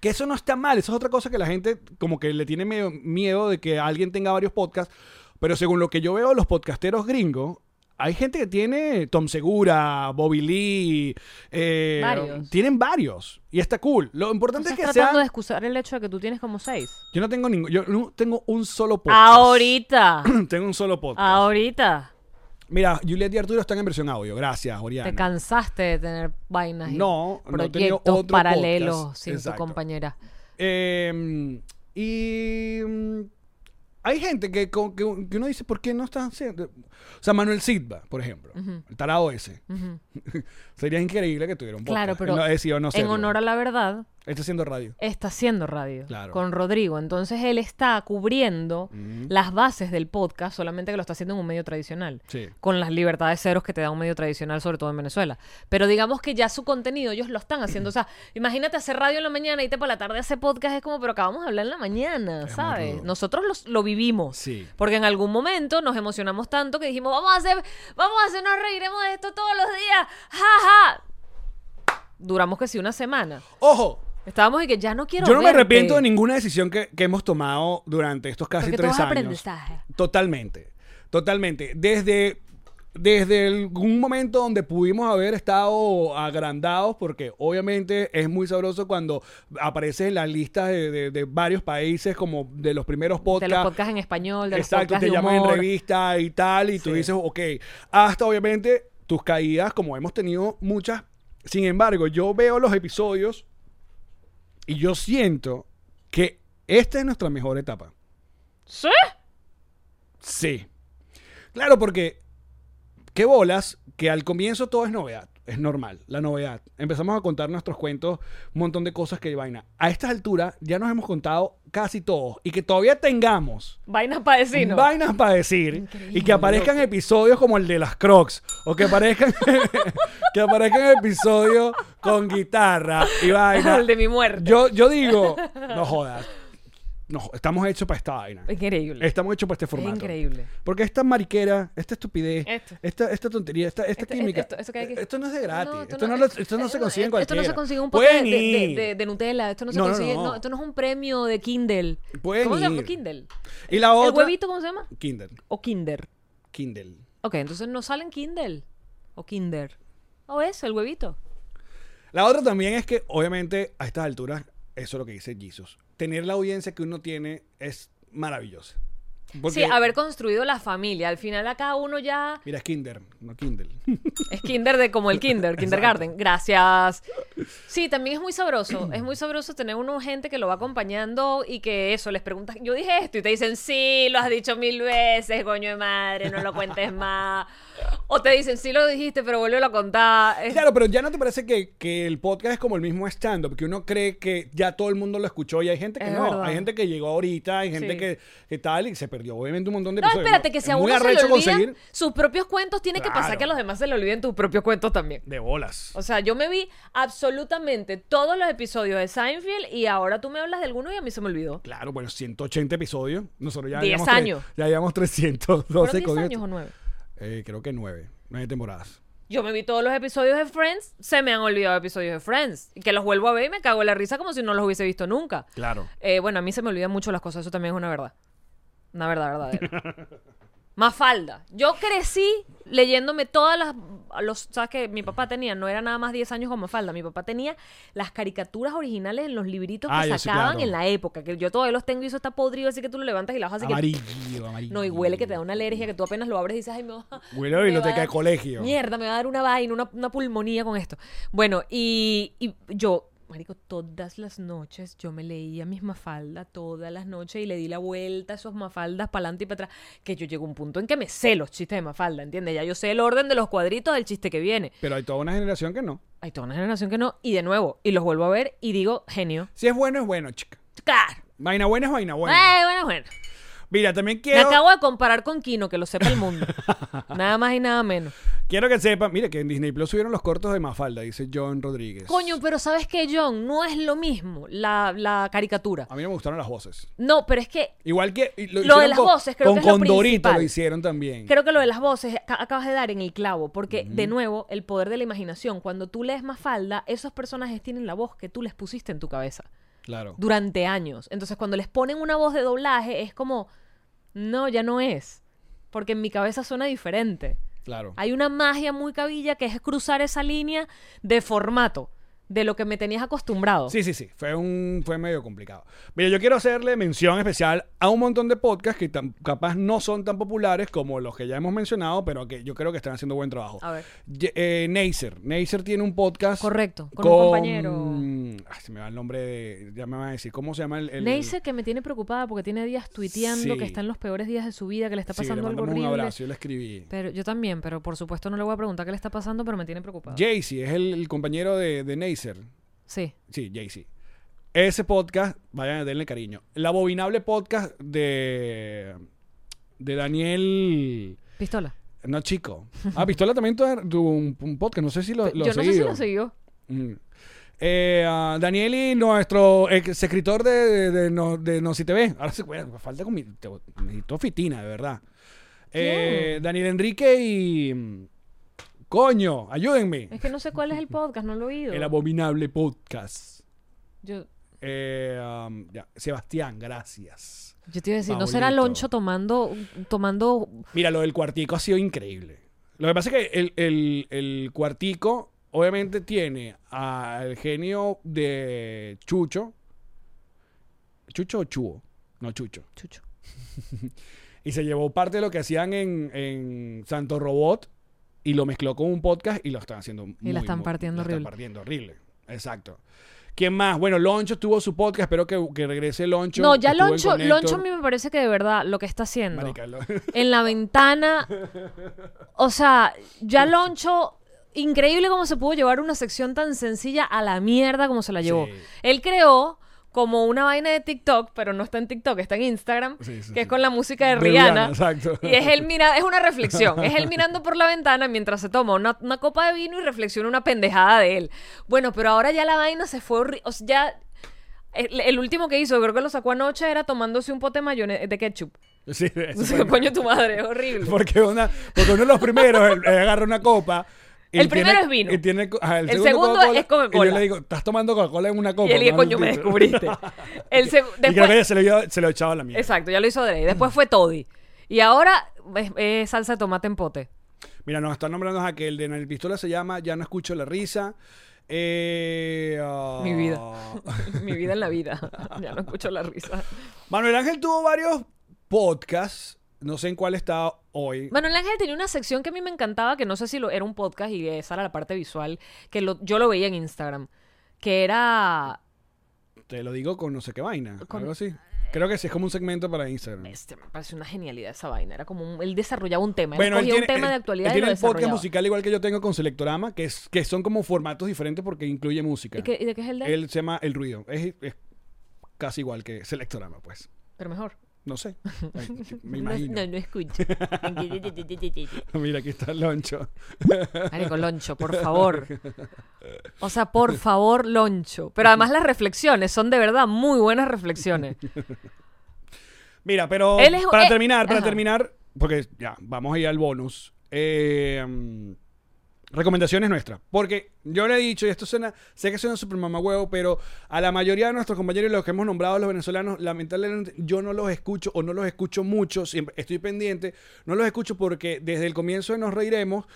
Speaker 4: Que eso no está mal, eso es otra cosa que la gente como que le tiene medio miedo de que alguien tenga varios podcasts, pero según lo que yo veo los podcasteros gringos, hay gente que tiene Tom Segura, Bobby Lee, eh,
Speaker 5: Varios.
Speaker 4: tienen varios y está cool. Lo importante
Speaker 5: Estás
Speaker 4: es que
Speaker 5: tratando
Speaker 4: sea
Speaker 5: de excusar el hecho de que tú tienes como seis.
Speaker 4: yo no tengo ningún yo no tengo un solo podcast.
Speaker 5: Ahorita.
Speaker 4: tengo un solo podcast.
Speaker 5: Ahorita.
Speaker 4: Mira, Juliet y Arturo están en versión audio. Gracias, Oriana.
Speaker 5: Te cansaste de tener vainas y
Speaker 4: No, no he tenido
Speaker 5: proyectos
Speaker 4: otro
Speaker 5: paralelos
Speaker 4: podcast.
Speaker 5: sin
Speaker 4: Exacto.
Speaker 5: tu compañera.
Speaker 4: Eh, y mm, hay gente que, con- que- que uno dice, ¿por qué no está haciendo? O sea, Manuel Silva, por ejemplo, el tarado ese. Sería increíble que tuviera un podcast.
Speaker 5: Claro, pero
Speaker 4: No, he decidido no
Speaker 5: en
Speaker 4: hacerlo.
Speaker 5: honor a la verdad,
Speaker 4: Está haciendo radio.
Speaker 5: está haciendo radio
Speaker 4: Claro. Mm.
Speaker 5: con Rodrigo. Entonces él está cubriendo las bases del podcast, solamente que lo está haciendo en un medio tradicional.
Speaker 4: Sí.
Speaker 5: Con las libertades ceros que te da un medio tradicional, sobre todo en Venezuela. Pero digamos que ya su contenido ellos lo están haciendo. O sea, imagínate hacer radio en la mañana y te para la tarde hacer podcast. Es como, pero acabamos de hablar en la mañana,
Speaker 4: muy
Speaker 5: ¿sabes?
Speaker 4: rudo.
Speaker 5: Nosotros los- lo vivimos.
Speaker 4: Sí.
Speaker 5: Porque en algún momento nos emocionamos tanto que dijimos, vamos a hacer, vamos a hacer, nos reiremos de esto todos los días. ¡Ja, ja! Duramos que sí una semana.
Speaker 4: Ojo,
Speaker 5: Estábamos y que ya no quiero
Speaker 4: yo no me
Speaker 5: verte.
Speaker 4: arrepiento de ninguna decisión que, que hemos tomado durante estos casi
Speaker 5: Porque todo
Speaker 4: tres
Speaker 5: es
Speaker 4: años.
Speaker 5: aprendizaje.
Speaker 4: Totalmente, totalmente. Desde, desde algún momento donde pudimos haber estado agrandados, porque obviamente es muy sabroso cuando apareces en las listas de, de- de varios países, como de los primeros
Speaker 5: De
Speaker 4: podcasts.
Speaker 5: los podcasts en español, de
Speaker 4: Exacto,
Speaker 5: los
Speaker 4: te
Speaker 5: podcasts de
Speaker 4: llaman en
Speaker 5: humor.
Speaker 4: revista y tal, y tú
Speaker 5: Sí.
Speaker 4: dices, ok, hasta obviamente tus caídas, como hemos tenido muchas. Sin embargo, yo veo los episodios y yo siento que esta es nuestra mejor etapa.
Speaker 5: ¿Sí?
Speaker 4: Sí. Claro, porque qué bolas que al comienzo todo es novedad. Es normal, la novedad. Empezamos a contar nuestros cuentos, un montón de cosas que vaina. A estas alturas ya nos hemos contado casi todos y que todavía tengamos
Speaker 5: Vainas para decirnos.
Speaker 4: vainas para decir y que aparezcan episodios como el de las Crocs o que aparezcan que aparezcan episodios con guitarra y vaina.
Speaker 5: El de mi muerte.
Speaker 4: Yo yo digo, no jodas. No, estamos hechos para esta vaina.
Speaker 5: Increíble.
Speaker 4: Estamos hechos para este
Speaker 5: Es
Speaker 4: formato.
Speaker 5: increíble.
Speaker 4: Porque esta mariquera, esta estupidez,
Speaker 5: Esto.
Speaker 4: Esta, esta tontería, esta, esta
Speaker 5: Esto-
Speaker 4: química,
Speaker 5: Este, esto- esto que hay que-
Speaker 4: esto no es de gratis.
Speaker 5: No,
Speaker 4: esto, no, lo- esto no se consigue en
Speaker 5: Esto
Speaker 4: cualquiera.
Speaker 5: no se consigue un
Speaker 4: Pueden
Speaker 5: podcast de, de,
Speaker 4: ir.
Speaker 5: de- de Nutella. Esto no se
Speaker 4: No, no,
Speaker 5: consigue.
Speaker 4: no.
Speaker 5: no, esto no es un premio de Kindle.
Speaker 4: Pueden
Speaker 5: ¿Cómo se llama
Speaker 4: ir.
Speaker 5: Kindle?
Speaker 4: Y la
Speaker 5: ¿El
Speaker 4: otra...
Speaker 5: huevito cómo se llama?
Speaker 4: Kindle.
Speaker 5: O Kinder.
Speaker 4: Kindle.
Speaker 5: Ok, entonces no salen Kindle. O Kinder. O eso, el huevito.
Speaker 4: La otra también es que, obviamente, a estas alturas, eso es lo que dice Jesus. Tener la audiencia que uno tiene es maravillosa. Porque-
Speaker 5: Sí, haber construido la familia. Al final acá uno ya
Speaker 4: Mira, es Kinder, no Kindle.
Speaker 5: es kinder de como el kinder, kindergarten. Gracias. Sí, también es muy sabroso. Es muy sabroso tener uno gente que lo va acompañando y que eso, les preguntas, yo dije esto y te dicen, sí, lo has dicho mil veces, coño de madre, no lo cuentes más. O te dicen, sí lo dijiste, pero vuélvelo a contar. Es-
Speaker 4: Claro, pero ya no te parece que, que el podcast es como el mismo stand-up, que uno cree que ya todo el mundo lo escuchó y hay gente que
Speaker 5: Es
Speaker 4: no.
Speaker 5: verdad.
Speaker 4: Hay gente que llegó ahorita, hay gente
Speaker 5: Sí.
Speaker 4: que, que tal y se perdió obviamente un montón de
Speaker 5: No,
Speaker 4: episodios.
Speaker 5: espérate, que
Speaker 4: Es
Speaker 5: si a
Speaker 4: muy
Speaker 5: uno se le
Speaker 4: arrecho
Speaker 5: olvidan
Speaker 4: conseguir
Speaker 5: sus propios cuentos, tiene que pasar
Speaker 4: Claro.
Speaker 5: que a los demás se le olviden tus propios cuentos también.
Speaker 4: de bolas.
Speaker 5: O sea, yo me vi absolutamente todos los episodios de Seinfeld y ahora tú me hablas de alguno y a mí se me olvidó.
Speaker 4: Claro, bueno, 180 episodios. Nosotros ya
Speaker 5: Diez
Speaker 4: llevamos tre-
Speaker 5: años.
Speaker 4: ya llevamos 312
Speaker 5: ¿Fueron 10
Speaker 4: con
Speaker 5: años
Speaker 4: esto.
Speaker 5: o 9?
Speaker 4: Eh, creo que 9, 9 temporadas.
Speaker 5: Yo me vi todos los episodios de Friends, se me han olvidado episodios de Friends. Y que los vuelvo a ver y me cago en la risa como si no los hubiese visto nunca.
Speaker 4: Claro.
Speaker 5: Eh, bueno, a mí se me olvidan mucho las cosas, eso también es una verdad. Una verdad verdadera. Mafalda. Yo crecí leyéndome todas las... Los, ¿Sabes que Mi papá tenía, no era nada más 10 años con Mafalda, mi papá tenía las caricaturas originales en los libritos que
Speaker 4: Ah, yo
Speaker 5: sacaban
Speaker 4: sí, claro.
Speaker 5: en la época, que yo todavía los tengo y eso está podrido, así que tú lo levantas y la hojas así que...
Speaker 4: amarillo, amarillo.
Speaker 5: No, y huele que te da una alergia que tú apenas lo abres y dices, ay, me va,
Speaker 4: Huele a
Speaker 5: me
Speaker 4: biblioteca
Speaker 5: va a dar-
Speaker 4: de colegio.
Speaker 5: Mierda, me va a dar una vaina, una, una pulmonía con esto. Bueno, y, y yo, marico, todas las noches yo me leía mis mafaldas todas las noches y le di la vuelta a esos mafaldas para adelante y para atrás. Que yo llego a un punto en que me sé los chistes de mafalda, ¿entiendes? Ya yo sé el orden de los cuadritos del chiste que viene.
Speaker 4: Pero hay toda una generación que no.
Speaker 5: Hay toda una generación que no, y de nuevo, y los vuelvo a ver y digo, genio.
Speaker 4: Si es bueno, es bueno, chica.
Speaker 5: Claro.
Speaker 4: Vaina buena es vaina buena.
Speaker 5: Bueno, eh, bueno, bueno.
Speaker 4: Mira, también
Speaker 5: Me
Speaker 4: quiero,
Speaker 5: acabo de comparar con Kino, que lo sepa el mundo. nada más y nada menos.
Speaker 4: quiero que sepan, mira que en Disney Plus subieron los cortos de Mafalda, dice John Rodríguez.
Speaker 5: Coño, pero ¿sabes qué, John? No es lo mismo la, la caricatura.
Speaker 4: A mí no me gustaron las voces.
Speaker 5: No, pero es que
Speaker 4: Igual que y
Speaker 5: Lo de
Speaker 4: hicieron
Speaker 5: las
Speaker 4: con-
Speaker 5: voces creo
Speaker 4: con
Speaker 5: que es lo
Speaker 4: Condorito
Speaker 5: principal.
Speaker 4: lo hicieron también.
Speaker 5: creo que lo de las voces ca- acabas de dar en el clavo, porque de nuevo, el poder de la imaginación. Cuando tú lees Mafalda, esos personajes tienen la voz que tú les pusiste en tu cabeza
Speaker 4: Claro.
Speaker 5: durante años. Entonces, cuando les ponen una voz de doblaje, es como, no, ya no es. Porque en mi cabeza suena diferente.
Speaker 4: Claro.
Speaker 5: Hay una magia muy cabilla que es cruzar esa línea de formato, de lo que me tenías acostumbrado.
Speaker 4: Sí, sí, sí. Fue un fue medio complicado. Mira, yo quiero hacerle mención especial a un montón de podcasts que tam- capaz no son tan populares como los que ya hemos mencionado, pero que yo creo que están haciendo buen trabajo.
Speaker 5: A ver.
Speaker 4: Ye- eh, Neisser. Neisser tiene un podcast.
Speaker 5: Correcto, con un compañero.
Speaker 4: Ay, se me va el nombre de. Ya me van a decir. ¿Cómo se llama el. el-
Speaker 5: Neisser que me tiene preocupada porque tiene días tuiteando
Speaker 4: Sí.
Speaker 5: que está en los peores días de su vida, que le está
Speaker 4: Sí, le
Speaker 5: pasando algo
Speaker 4: mandamos
Speaker 5: horrible.
Speaker 4: un abrazo. Yo le escribí.
Speaker 5: Pero yo también, pero por supuesto no le voy a preguntar qué le está pasando, pero me tiene preocupada.
Speaker 4: Jaycee es el, el compañero de, de Neisser.
Speaker 5: sí.
Speaker 4: Sí, Jaycee. Ese podcast, vayan a darle cariño. El abominable podcast de. De Daniel.
Speaker 5: Pistola.
Speaker 4: No, chico. Ah, Pistola también tuvo tuvo un, un podcast. No sé si lo, lo
Speaker 5: yo
Speaker 4: has
Speaker 5: no sé si
Speaker 4: seguido.
Speaker 5: lo siguió.
Speaker 4: Mm. Eh, ah, Daniel y nuestro ex escritor de, de, de no, de No Si Te Ve. Ahora se bueno, falta con mi. te- necesito fitina, de verdad. Eh, Daniel Enrique y. mm, Coño, ayúdenme.
Speaker 5: Es que no sé cuál es el podcast, no lo he oído.
Speaker 4: El abominable podcast.
Speaker 5: yo,
Speaker 4: Eh, um, ya. Sebastián, gracias.
Speaker 5: yo te iba a decir, ¿no será
Speaker 4: Paulito.
Speaker 5: Loncho tomando, tomando
Speaker 4: Mira, lo del cuartico ha sido increíble. Lo que pasa es que el, el- el cuartico obviamente tiene al genio de Chucho. ¿Chucho o Chuo? No, Chucho.
Speaker 5: chucho?
Speaker 4: Y se llevó parte de lo que hacían en, en Santo Robot y lo mezcló con un podcast y lo están haciendo muy,
Speaker 5: la están
Speaker 4: muy-
Speaker 5: partiendo
Speaker 4: la están
Speaker 5: horrible.
Speaker 4: partiendo horrible. Exacto. ¿Quién más? Bueno, Loncho tuvo su podcast. Espero que, que regrese Loncho.
Speaker 5: no, ya
Speaker 4: Estuvo en
Speaker 5: Loncho,
Speaker 4: Connector.
Speaker 5: Loncho a mí me parece que de verdad lo que está haciendo.
Speaker 4: Marica, lo-
Speaker 5: en la ventana. O sea, ya Loncho, increíble cómo se pudo llevar una sección tan sencilla a la mierda como se la llevó.
Speaker 4: Sí.
Speaker 5: Él creó como una vaina de TikTok, pero no está en TikTok, está en Instagram,
Speaker 4: Sí, sí,
Speaker 5: que
Speaker 4: sí.
Speaker 5: es con la música de
Speaker 4: De Rihanna,
Speaker 5: Rihanna.
Speaker 4: exacto.
Speaker 5: Y es él mira, es una reflexión, es él mirando por la ventana mientras se toma una, una copa de vino y reflexiona una pendejada de él. Bueno, pero ahora ya la vaina se fue, horri- o sea, ya el, el último que hizo, creo que lo sacó anoche era tomándose un pote de mayone- de ketchup.
Speaker 4: Sí, eso
Speaker 5: O sea,
Speaker 4: fue-
Speaker 5: coño tu madre, es horrible.
Speaker 4: porque, una, porque uno de los primeros él- él agarra una copa. y
Speaker 5: El primero
Speaker 4: tiene-
Speaker 5: es vino.
Speaker 4: y tiene co- ajá, el,
Speaker 5: El
Speaker 4: segundo,
Speaker 5: segundo
Speaker 4: Coca-Cola,
Speaker 5: es Coca-Cola.
Speaker 4: Y yo le digo, estás tomando Coca-Cola en una copa.
Speaker 5: y él dije, coño, me
Speaker 4: maldito".
Speaker 5: descubriste. El seg-
Speaker 4: Y creo que
Speaker 5: después,
Speaker 4: ella se lo, dio- se lo echaba a la mierda.
Speaker 5: exacto, ya lo hizo Dre. Después fue Toddy. Y ahora es, es salsa de tomate en pote.
Speaker 4: Mira, nos están nombrando a que el de el pistola se llama Ya no escucho la risa. Eh, ah,
Speaker 5: Mi vida. Mi vida en la vida. ya no escucho la risa.
Speaker 4: Manuel Ángel tuvo varios podcast. No sé en cuál está hoy.
Speaker 5: Bueno, el Ángel tenía una sección que a mí me encantaba, que no sé si lo, era un podcast y esa era la parte visual, que lo- yo lo veía en Instagram, que era...
Speaker 4: Te lo digo con no sé qué vaina.
Speaker 5: Con-
Speaker 4: Algo así. Creo que sí, es como un segmento para Instagram.
Speaker 5: Este, me pareció una genialidad esa vaina, era como... un- él desarrollaba un tema, él
Speaker 4: Bueno, él
Speaker 5: cogía
Speaker 4: tiene,
Speaker 5: un tema
Speaker 4: él-
Speaker 5: de
Speaker 4: él
Speaker 5: actualidad y
Speaker 4: tiene
Speaker 5: lo
Speaker 4: el podcast
Speaker 5: desarrollaba.
Speaker 4: musical igual que yo tengo con Selectorama, que, es, que son como formatos diferentes porque incluye música.
Speaker 5: ¿Y, qué- y de qué es el de él?
Speaker 4: Él se llama El Ruido. Es, es casi igual que Selectorama, pues.
Speaker 5: Pero mejor.
Speaker 4: No sé. Ay, Me
Speaker 5: No-
Speaker 4: imagino.
Speaker 5: No, no escucho.
Speaker 4: Mira, aquí está Loncho.
Speaker 5: Marico, Loncho, por favor. O sea, por favor, Loncho. Pero además las reflexiones son de verdad muy buenas reflexiones.
Speaker 4: Mira, pero
Speaker 5: Él es-
Speaker 4: para
Speaker 5: eh,
Speaker 4: terminar, para
Speaker 5: ajá.
Speaker 4: terminar, porque ya, vamos a ir al bonus. Eh, mm, recomendaciones nuestras. Porque yo le he dicho, y esto suena, sé que suena super mamá huevo, pero a la mayoría de nuestros compañeros, los que hemos nombrado los venezolanos, lamentablemente yo no los escucho o no los escucho mucho, siempre estoy pendiente, no los escucho porque desde el comienzo de Nos Reiremos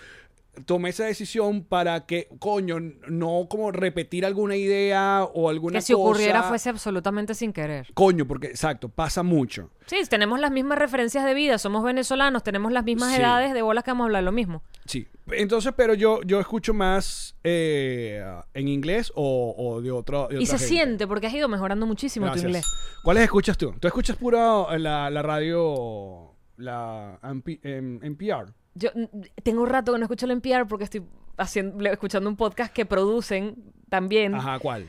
Speaker 4: tomé esa decisión para que, coño, no como repetir alguna idea o alguna
Speaker 5: que si
Speaker 4: cosa.
Speaker 5: ocurriera fuese absolutamente sin querer.
Speaker 4: Coño, porque exacto, pasa mucho.
Speaker 5: Sí, tenemos las mismas referencias de vida, somos venezolanos, tenemos las mismas
Speaker 4: Sí.
Speaker 5: edades de bolas que vamos a hablar lo mismo.
Speaker 4: Sí. Entonces, pero yo, yo escucho más eh, en inglés o, o de otro. de
Speaker 5: Y se
Speaker 4: otra gente.
Speaker 5: siente porque has ido mejorando muchísimo
Speaker 4: Gracias.
Speaker 5: tu inglés.
Speaker 4: ¿Cuáles escuchas tú? ¿Tú escuchas pura eh, la, la radio, la MP, em, NPR?
Speaker 5: Yo mm, tengo un rato que no escucho el NPR porque estoy haciendo, le- escuchando un podcast que producen también.
Speaker 4: Ajá, ¿cuál?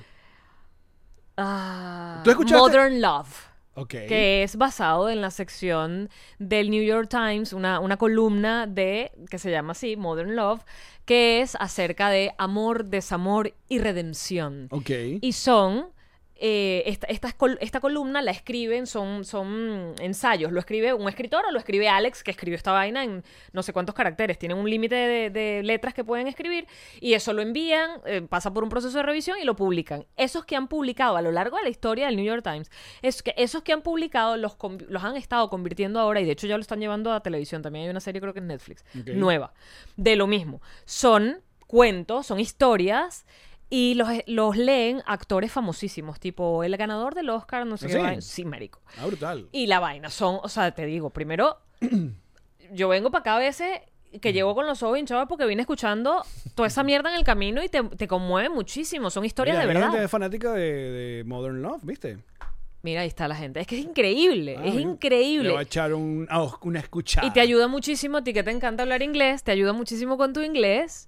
Speaker 5: Ah,
Speaker 4: ¿Tú escuchaste-
Speaker 5: Modern Love.
Speaker 4: Ok.
Speaker 5: que es basado en la sección del New York Times, una, una columna de, que se llama así, Modern Love, que es acerca de amor, desamor y redención.
Speaker 4: Ok.
Speaker 5: Y son, eh, esta, estas col- esta columna la escriben, son, son ensayos, lo escribe un escritor o lo escribe Alex, que escribió esta vaina en no sé cuántos caracteres, tienen un límite de, de letras que pueden escribir, y eso lo envían, eh, pasa por un proceso de revisión y lo publican. Esos que han publicado a lo largo de la historia del New York Times, es que esos que han publicado los, conv- los han estado convirtiendo ahora, y de hecho ya lo están llevando a televisión, también hay una serie creo que en Netflix,
Speaker 4: Ok.
Speaker 5: nueva, de lo mismo. Son cuentos, son historias. Y los, eh, los leen actores famosísimos, tipo el ganador del Oscar, no sé
Speaker 4: ¿Ah,
Speaker 5: qué
Speaker 4: sí?
Speaker 5: vaina. Sí, marico.
Speaker 4: Ah, brutal.
Speaker 5: Y la vaina son, o sea, te digo, primero, yo vengo para acá a veces que llego con los ojos hinchados porque vine escuchando toda esa mierda en el camino y te, te conmueve muchísimo. Son historias
Speaker 4: Mira,
Speaker 5: de
Speaker 4: hay
Speaker 5: verdad.
Speaker 4: gente es fanática de, de Modern Love, ¿viste?
Speaker 5: Mira, ahí está la gente. Es que es increíble,
Speaker 4: Ah,
Speaker 5: es
Speaker 4: mira. Le va a
Speaker 5: increíble.
Speaker 4: echar un- a os- una escuchada.
Speaker 5: Y te ayuda muchísimo, a ti que te encanta hablar inglés, te ayuda muchísimo con tu inglés.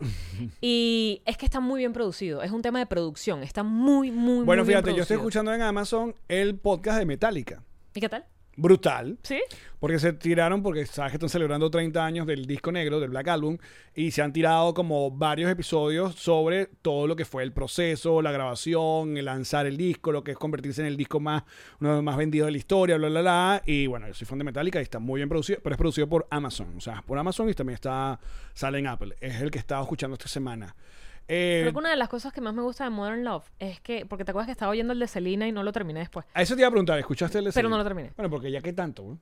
Speaker 5: y es que está muy bien producido. Es un tema de producción. Está muy, muy,
Speaker 4: Bueno,
Speaker 5: muy bien
Speaker 4: fíjate, yo estoy
Speaker 5: producido.
Speaker 4: escuchando en Amazon el podcast de Metallica.
Speaker 5: ¿Y qué tal?
Speaker 4: Brutal.
Speaker 5: ¿Sí?
Speaker 4: Porque se tiraron, porque sabes que están celebrando 30 años del disco negro, del Black Album, y se han tirado como varios episodios sobre todo lo que fue el proceso, la grabación, el lanzar el disco, lo que es convertirse en el disco más, uno de los más vendidos de la historia, bla, bla, bla. Y bueno, yo soy fan de Metallica y está muy bien producido, pero es producido por Amazon, o sea, por Amazon y también está, sale en Apple. Es el que he estado escuchando esta semana. Eh,
Speaker 5: Creo que una de las cosas que más me gusta de Modern Love es que, porque te acuerdas que estaba oyendo el de Selena y no lo terminé después.
Speaker 4: a eso te iba a preguntar, ¿escuchaste el de
Speaker 5: Pero no
Speaker 4: Selena?
Speaker 5: lo terminé.
Speaker 4: Bueno, porque ya que tanto, ¿no?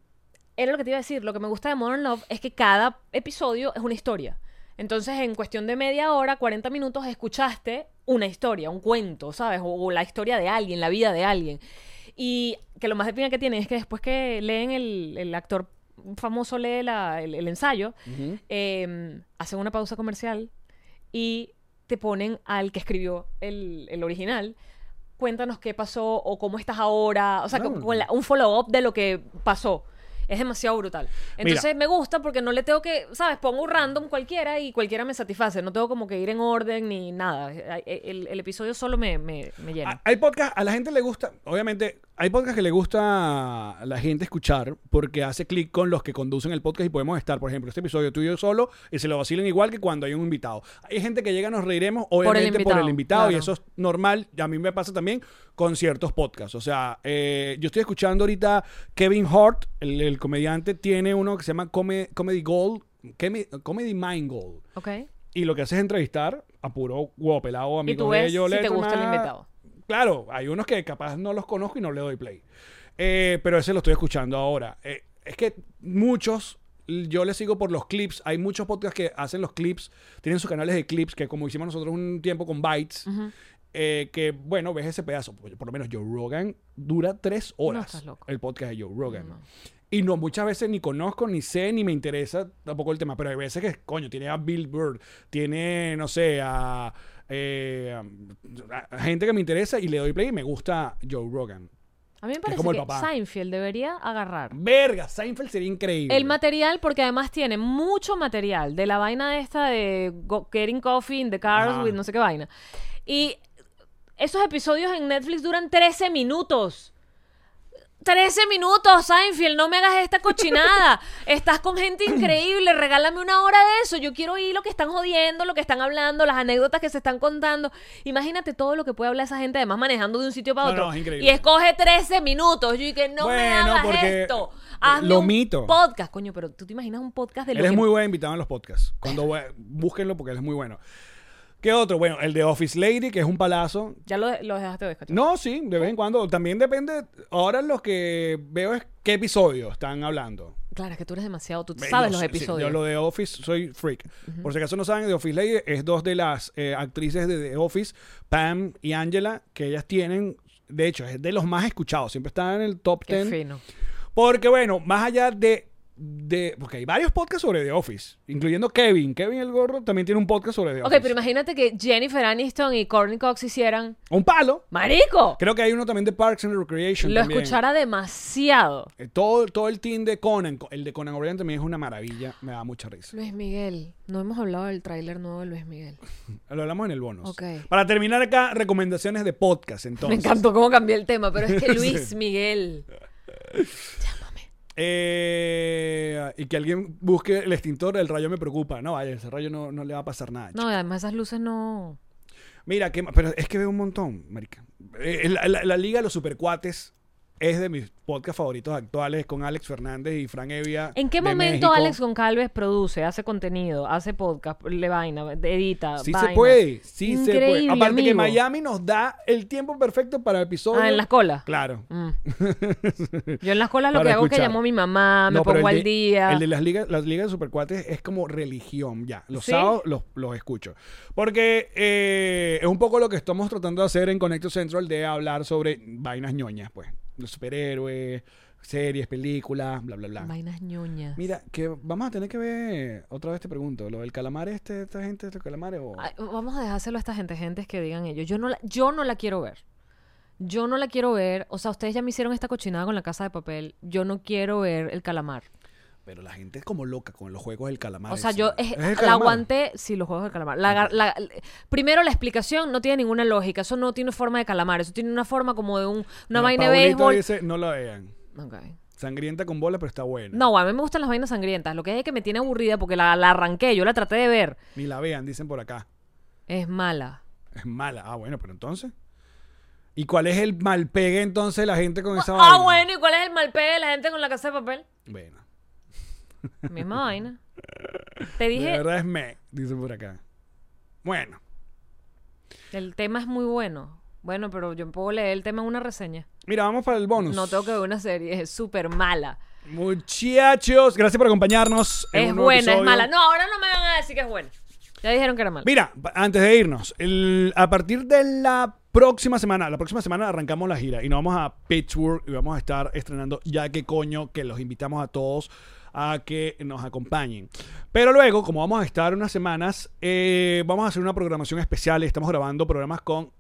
Speaker 5: Era lo que te iba a decir, lo que me gusta de Modern Love es que cada episodio es una historia. Entonces, en cuestión de media hora, 40 minutos, escuchaste una historia, un cuento, ¿sabes? O, o la historia de alguien, la vida de alguien. Y que lo más de pena que tiene es que después que leen el, el actor famoso lee la- el, el ensayo, eh, hacen una pausa comercial y te ponen al que escribió el, el original. Cuéntanos qué pasó o cómo estás ahora. O sea,
Speaker 4: Ah.
Speaker 5: con- con la- un follow-up de lo que pasó. Es demasiado brutal. Entonces me gusta porque no le tengo que, ¿sabes? Pongo un random cualquiera y cualquiera me satisface. No tengo como que ir en orden ni nada. Eh, eh, El, el episodio solo me, me- me
Speaker 4: Ah,
Speaker 5: llena.
Speaker 4: Hay podcast, a la gente le gusta, obviamente, hay podcast que le gusta a la gente escuchar porque hace clic con los que conducen el podcast y podemos estar, por ejemplo, este episodio tuyo solo y se lo vacilan igual que cuando hay un invitado. Hay gente que llega, nos reiremos, obviamente, por el invitado,
Speaker 5: invitado,
Speaker 4: y
Speaker 5: claro.
Speaker 4: eso es normal. A mí me pasa también con ciertos podcasts. O sea, eh, yo estoy escuchando ahorita Kevin Hart, el, el comediante, tiene uno que se llama Come- Comedy Gold, Kemi- Comedy Mind Gold.
Speaker 5: ¿Ok?
Speaker 4: Y lo que hace es entrevistar a puro huevo pelado, amigo
Speaker 5: tú
Speaker 4: de
Speaker 5: ves
Speaker 4: ellos.
Speaker 5: si te gusta el
Speaker 4: Letterman.
Speaker 5: invitado.
Speaker 4: Claro, hay unos que capaz no los conozco y no le doy play. Eh, pero ese lo estoy escuchando ahora. Eh, es que muchos, yo les sigo por los clips. Hay muchos podcasts que hacen los clips, tienen sus canales de clips, que como hicimos nosotros un tiempo con Bytes, eh, que bueno, ves ese pedazo. Por por lo menos Joe Rogan dura tres horas
Speaker 5: estás loco.
Speaker 4: el podcast de Joe Rogan. Y no, muchas veces ni conozco, ni sé, ni me interesa tampoco el tema. Pero hay veces que, coño, tiene a Billboard, tiene, no sé, a, eh, a- a gente que me interesa y le doy play y me gusta Joe Rogan.
Speaker 5: A mí me parece
Speaker 4: como el
Speaker 5: que
Speaker 4: papá.
Speaker 5: Seinfeld debería agarrar.
Speaker 4: Verga, Seinfeld sería increíble.
Speaker 5: El material, porque además tiene mucho material de la vaina esta de go- Getting Coffee in the Cars
Speaker 4: Ajá.
Speaker 5: with no sé qué vaina. Y esos episodios en Netflix duran 13 minutos. 13 minutos, Seinfeld, no me hagas esta cochinada. Estás con gente increíble, regálame una hora de eso. Yo quiero oír lo que están jodiendo, lo que están hablando, las anécdotas que se están contando. Imagínate todo lo que puede hablar esa gente, además manejando de un sitio para
Speaker 4: No,
Speaker 5: otro.
Speaker 4: no, es increíble.
Speaker 5: Y escoge 13 minutos. Yo dije, no me
Speaker 4: Bueno,
Speaker 5: hagas
Speaker 4: porque
Speaker 5: esto. Hazme
Speaker 4: lo
Speaker 5: un
Speaker 4: mito.
Speaker 5: podcast, coño, pero tú te imaginas un podcast de lo
Speaker 4: Él es
Speaker 5: que-
Speaker 4: muy buen invitado en los podcasts. Cuando bu- búsquenlo porque él es muy bueno. ¿Qué otro? Bueno, el de Office Lady, que es un palazo.
Speaker 5: Ya lo, lo dejaste de escuchar.
Speaker 4: No, sí, de vez en cuando. También depende. Ahora los que veo es qué episodio están hablando.
Speaker 5: Claro, es que tú eres demasiado, tú
Speaker 4: Ve,
Speaker 5: sabes
Speaker 4: yo
Speaker 5: los
Speaker 4: sé- sí, yo
Speaker 5: episodios.
Speaker 4: lo de Office soy freak. Por si acaso no saben, de Office Lady es dos de las eh, actrices de The Office, Pam y Angela, que ellas tienen. De hecho, es de los más escuchados. Siempre están en el top
Speaker 5: Qué
Speaker 4: 10.
Speaker 5: fino.
Speaker 4: Porque bueno, más allá de, de... Porque hay varios podcasts sobre The Office, incluyendo Kevin. Kevin el Gorro también tiene un podcast sobre The
Speaker 5: Ok,
Speaker 4: Office.
Speaker 5: pero imagínate que Jennifer Aniston y Courtney Cox hicieran...
Speaker 4: Un palo.
Speaker 5: ¡Marico!
Speaker 4: Creo que hay uno también de Parks and Recreation.
Speaker 5: Lo
Speaker 4: también.
Speaker 5: escuchara demasiado.
Speaker 4: Eh, Todo, todo el team de Conan, el de Conan O'Brien también es una maravilla, me da mucha risa.
Speaker 5: Luis Miguel. No hemos hablado del tráiler nuevo de Luis Miguel.
Speaker 4: Lo hablamos en el bonus.
Speaker 5: Ok.
Speaker 4: Para terminar acá, recomendaciones de podcast,
Speaker 5: Me
Speaker 4: entonces.
Speaker 5: encantó cómo cambié el tema, pero es que Luis Miguel...
Speaker 4: Eh, y que alguien busque el extintor, el rayo me preocupa. No, vaya, ese rayo no, no le va a pasar nada.
Speaker 5: No, además esas luces no...
Speaker 4: Mira, que, pero es que veo un montón, marica. Eh, La, la- la Liga de los Supercuates es de mis podcasts favoritos actuales con Alex Fernández y Fran Evia.
Speaker 5: ¿En qué
Speaker 4: de
Speaker 5: momento
Speaker 4: México.
Speaker 5: Alex Goncalves produce, hace contenido, hace podcast, le vaina, edita,
Speaker 4: Sí
Speaker 5: vaina?
Speaker 4: se puede, sí se puede.
Speaker 5: Increíble,
Speaker 4: Aparte que
Speaker 5: amigo.
Speaker 4: Miami nos da el tiempo perfecto para episodios.
Speaker 5: Ah, en las colas.
Speaker 4: Claro.
Speaker 5: Mm. Yo en las colas lo
Speaker 4: Para
Speaker 5: que hago es que
Speaker 4: escuchar.
Speaker 5: llamo a mi mamá, Ah, me
Speaker 4: No, pero
Speaker 5: pongo
Speaker 4: el
Speaker 5: al
Speaker 4: de-
Speaker 5: día.
Speaker 4: El de las ligas, las ligas de supercuates es como religión ya. Los
Speaker 5: ¿Sí?
Speaker 4: sábados los, los escucho. Porque eh, es un poco lo que estamos tratando de hacer en Conecto Central de hablar sobre vainas ñoñas, pues. Los superhéroes, series, películas, bla, bla, bla.
Speaker 5: Vainas ñoñas.
Speaker 4: Mira, que vamos a tener que ver, otra vez te pregunto, lo del calamar este, esta gente, estos calamares o...
Speaker 5: Ay, vamos a dejárselo a esta gente, gente que digan ellos. Yo no, la, yo no la quiero ver. Yo no la quiero ver. O sea, ustedes ya me hicieron esta cochinada con la casa de papel. Yo no quiero ver el calamar.
Speaker 4: Pero la gente es como loca con los juegos del calamar.
Speaker 5: O sea,
Speaker 4: ese.
Speaker 5: yo es-
Speaker 4: ¿Es el
Speaker 5: la
Speaker 4: calamar?
Speaker 5: aguanté si los juegos del calamar. La agar- la- primero, la explicación no tiene ninguna lógica. Eso no tiene forma de calamar. Eso tiene una forma como de un, una
Speaker 4: Mira,
Speaker 5: vaina de
Speaker 4: Paulito
Speaker 5: béisbol.
Speaker 4: dice, no la vean.
Speaker 5: Ok.
Speaker 4: Sangrienta con bola, pero está buena.
Speaker 5: No, a mí me gustan las vainas sangrientas. Lo que es que me tiene aburrida porque la, la arranqué, yo la traté de ver.
Speaker 4: Ni la vean, dicen por acá.
Speaker 5: Es mala.
Speaker 4: Es mala. Ah, bueno, pero entonces. ¿Y cuál es el mal pegue entonces de la gente con esa vaina?
Speaker 5: Ah, bueno, ¿y cuál es el mal pe de la gente con la casa de papel?
Speaker 4: Bueno,
Speaker 5: Misma vaina. Te
Speaker 4: de
Speaker 5: dije,
Speaker 4: verdad es me, dicen por acá. Bueno,
Speaker 5: el tema es muy bueno. Bueno, pero yo puedo leer el tema en una reseña.
Speaker 4: mira, vamos para el bonus.
Speaker 5: No tengo que ver una serie, es súper mala.
Speaker 4: Muchachos, gracias por acompañarnos. en
Speaker 5: Es
Speaker 4: un nuevo
Speaker 5: buena, es
Speaker 4: episodio.
Speaker 5: mala. No, ahora no me van a decir que es buena. Ya dijeron que era mala.
Speaker 4: Mira, pa- antes de irnos, el- a partir de la próxima semana, la próxima semana arrancamos la gira y nos vamos a Pittsburgh y vamos a estar estrenando Ya que coño, que los invitamos a todos a que nos acompañen. Pero luego, como vamos a estar unas semanas, eh, vamos a hacer una programación especial. Estamos grabando programas con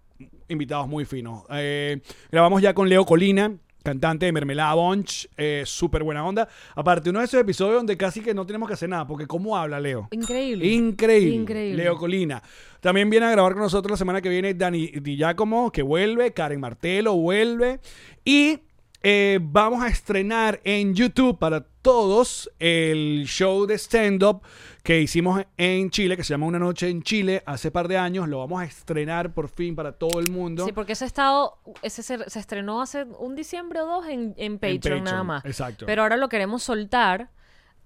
Speaker 4: invitados muy finos. Eh, grabamos ya con Leo Colina. Cantante de Mermelada Bunch, eh, súper buena onda. Aparte, uno de esos episodios donde casi que no tenemos que hacer nada, porque ¿cómo habla Leo?
Speaker 5: Increíble.
Speaker 4: Increíble.
Speaker 5: Increíble.
Speaker 4: Leo Colina. También viene a grabar con nosotros la semana que viene Dani Di Giacomo, que vuelve, Karen Martelo vuelve. Y eh, vamos a estrenar en YouTube para todos el show de stand-up que hicimos en Chile, que se llama Una Noche en Chile, hace par de años. Lo vamos a estrenar por fin para todo el mundo.
Speaker 5: Sí, porque ese estado, ese se, se estrenó hace un diciembre o dos en, en Patreon,
Speaker 4: Patreon,
Speaker 5: nada más.
Speaker 4: exacto.
Speaker 5: Pero ahora lo queremos soltar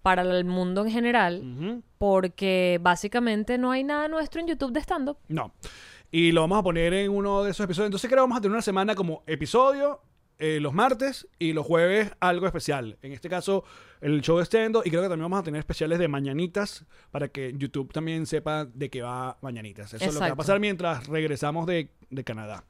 Speaker 5: para el mundo en general, porque básicamente no hay nada nuestro en YouTube de stand-up.
Speaker 4: No. Y lo vamos a poner en uno de esos episodios. Entonces creo que vamos a tener una semana como episodio eh, los martes y los jueves algo especial. En este caso, el show de Stendo. Y creo que también vamos a tener especiales de mañanitas para que YouTube también sepa de qué va mañanitas. Eso es lo que va a
Speaker 5: Exacto.
Speaker 4: pasar mientras regresamos de, de Canadá.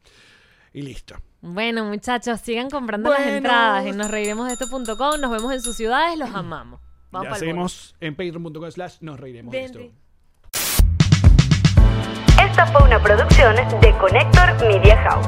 Speaker 4: Y listo.
Speaker 5: Bueno, muchachos, sigan comprando las
Speaker 4: Bueno.
Speaker 5: entradas en nosreiremosesto.com. Nos vemos en sus ciudades, los amamos. Vamos
Speaker 4: ya
Speaker 5: pa'l
Speaker 4: seguimos en patreon.com slash nos reiremos de esto.
Speaker 5: Vente.
Speaker 6: Esta fue una producción de Connector Media House.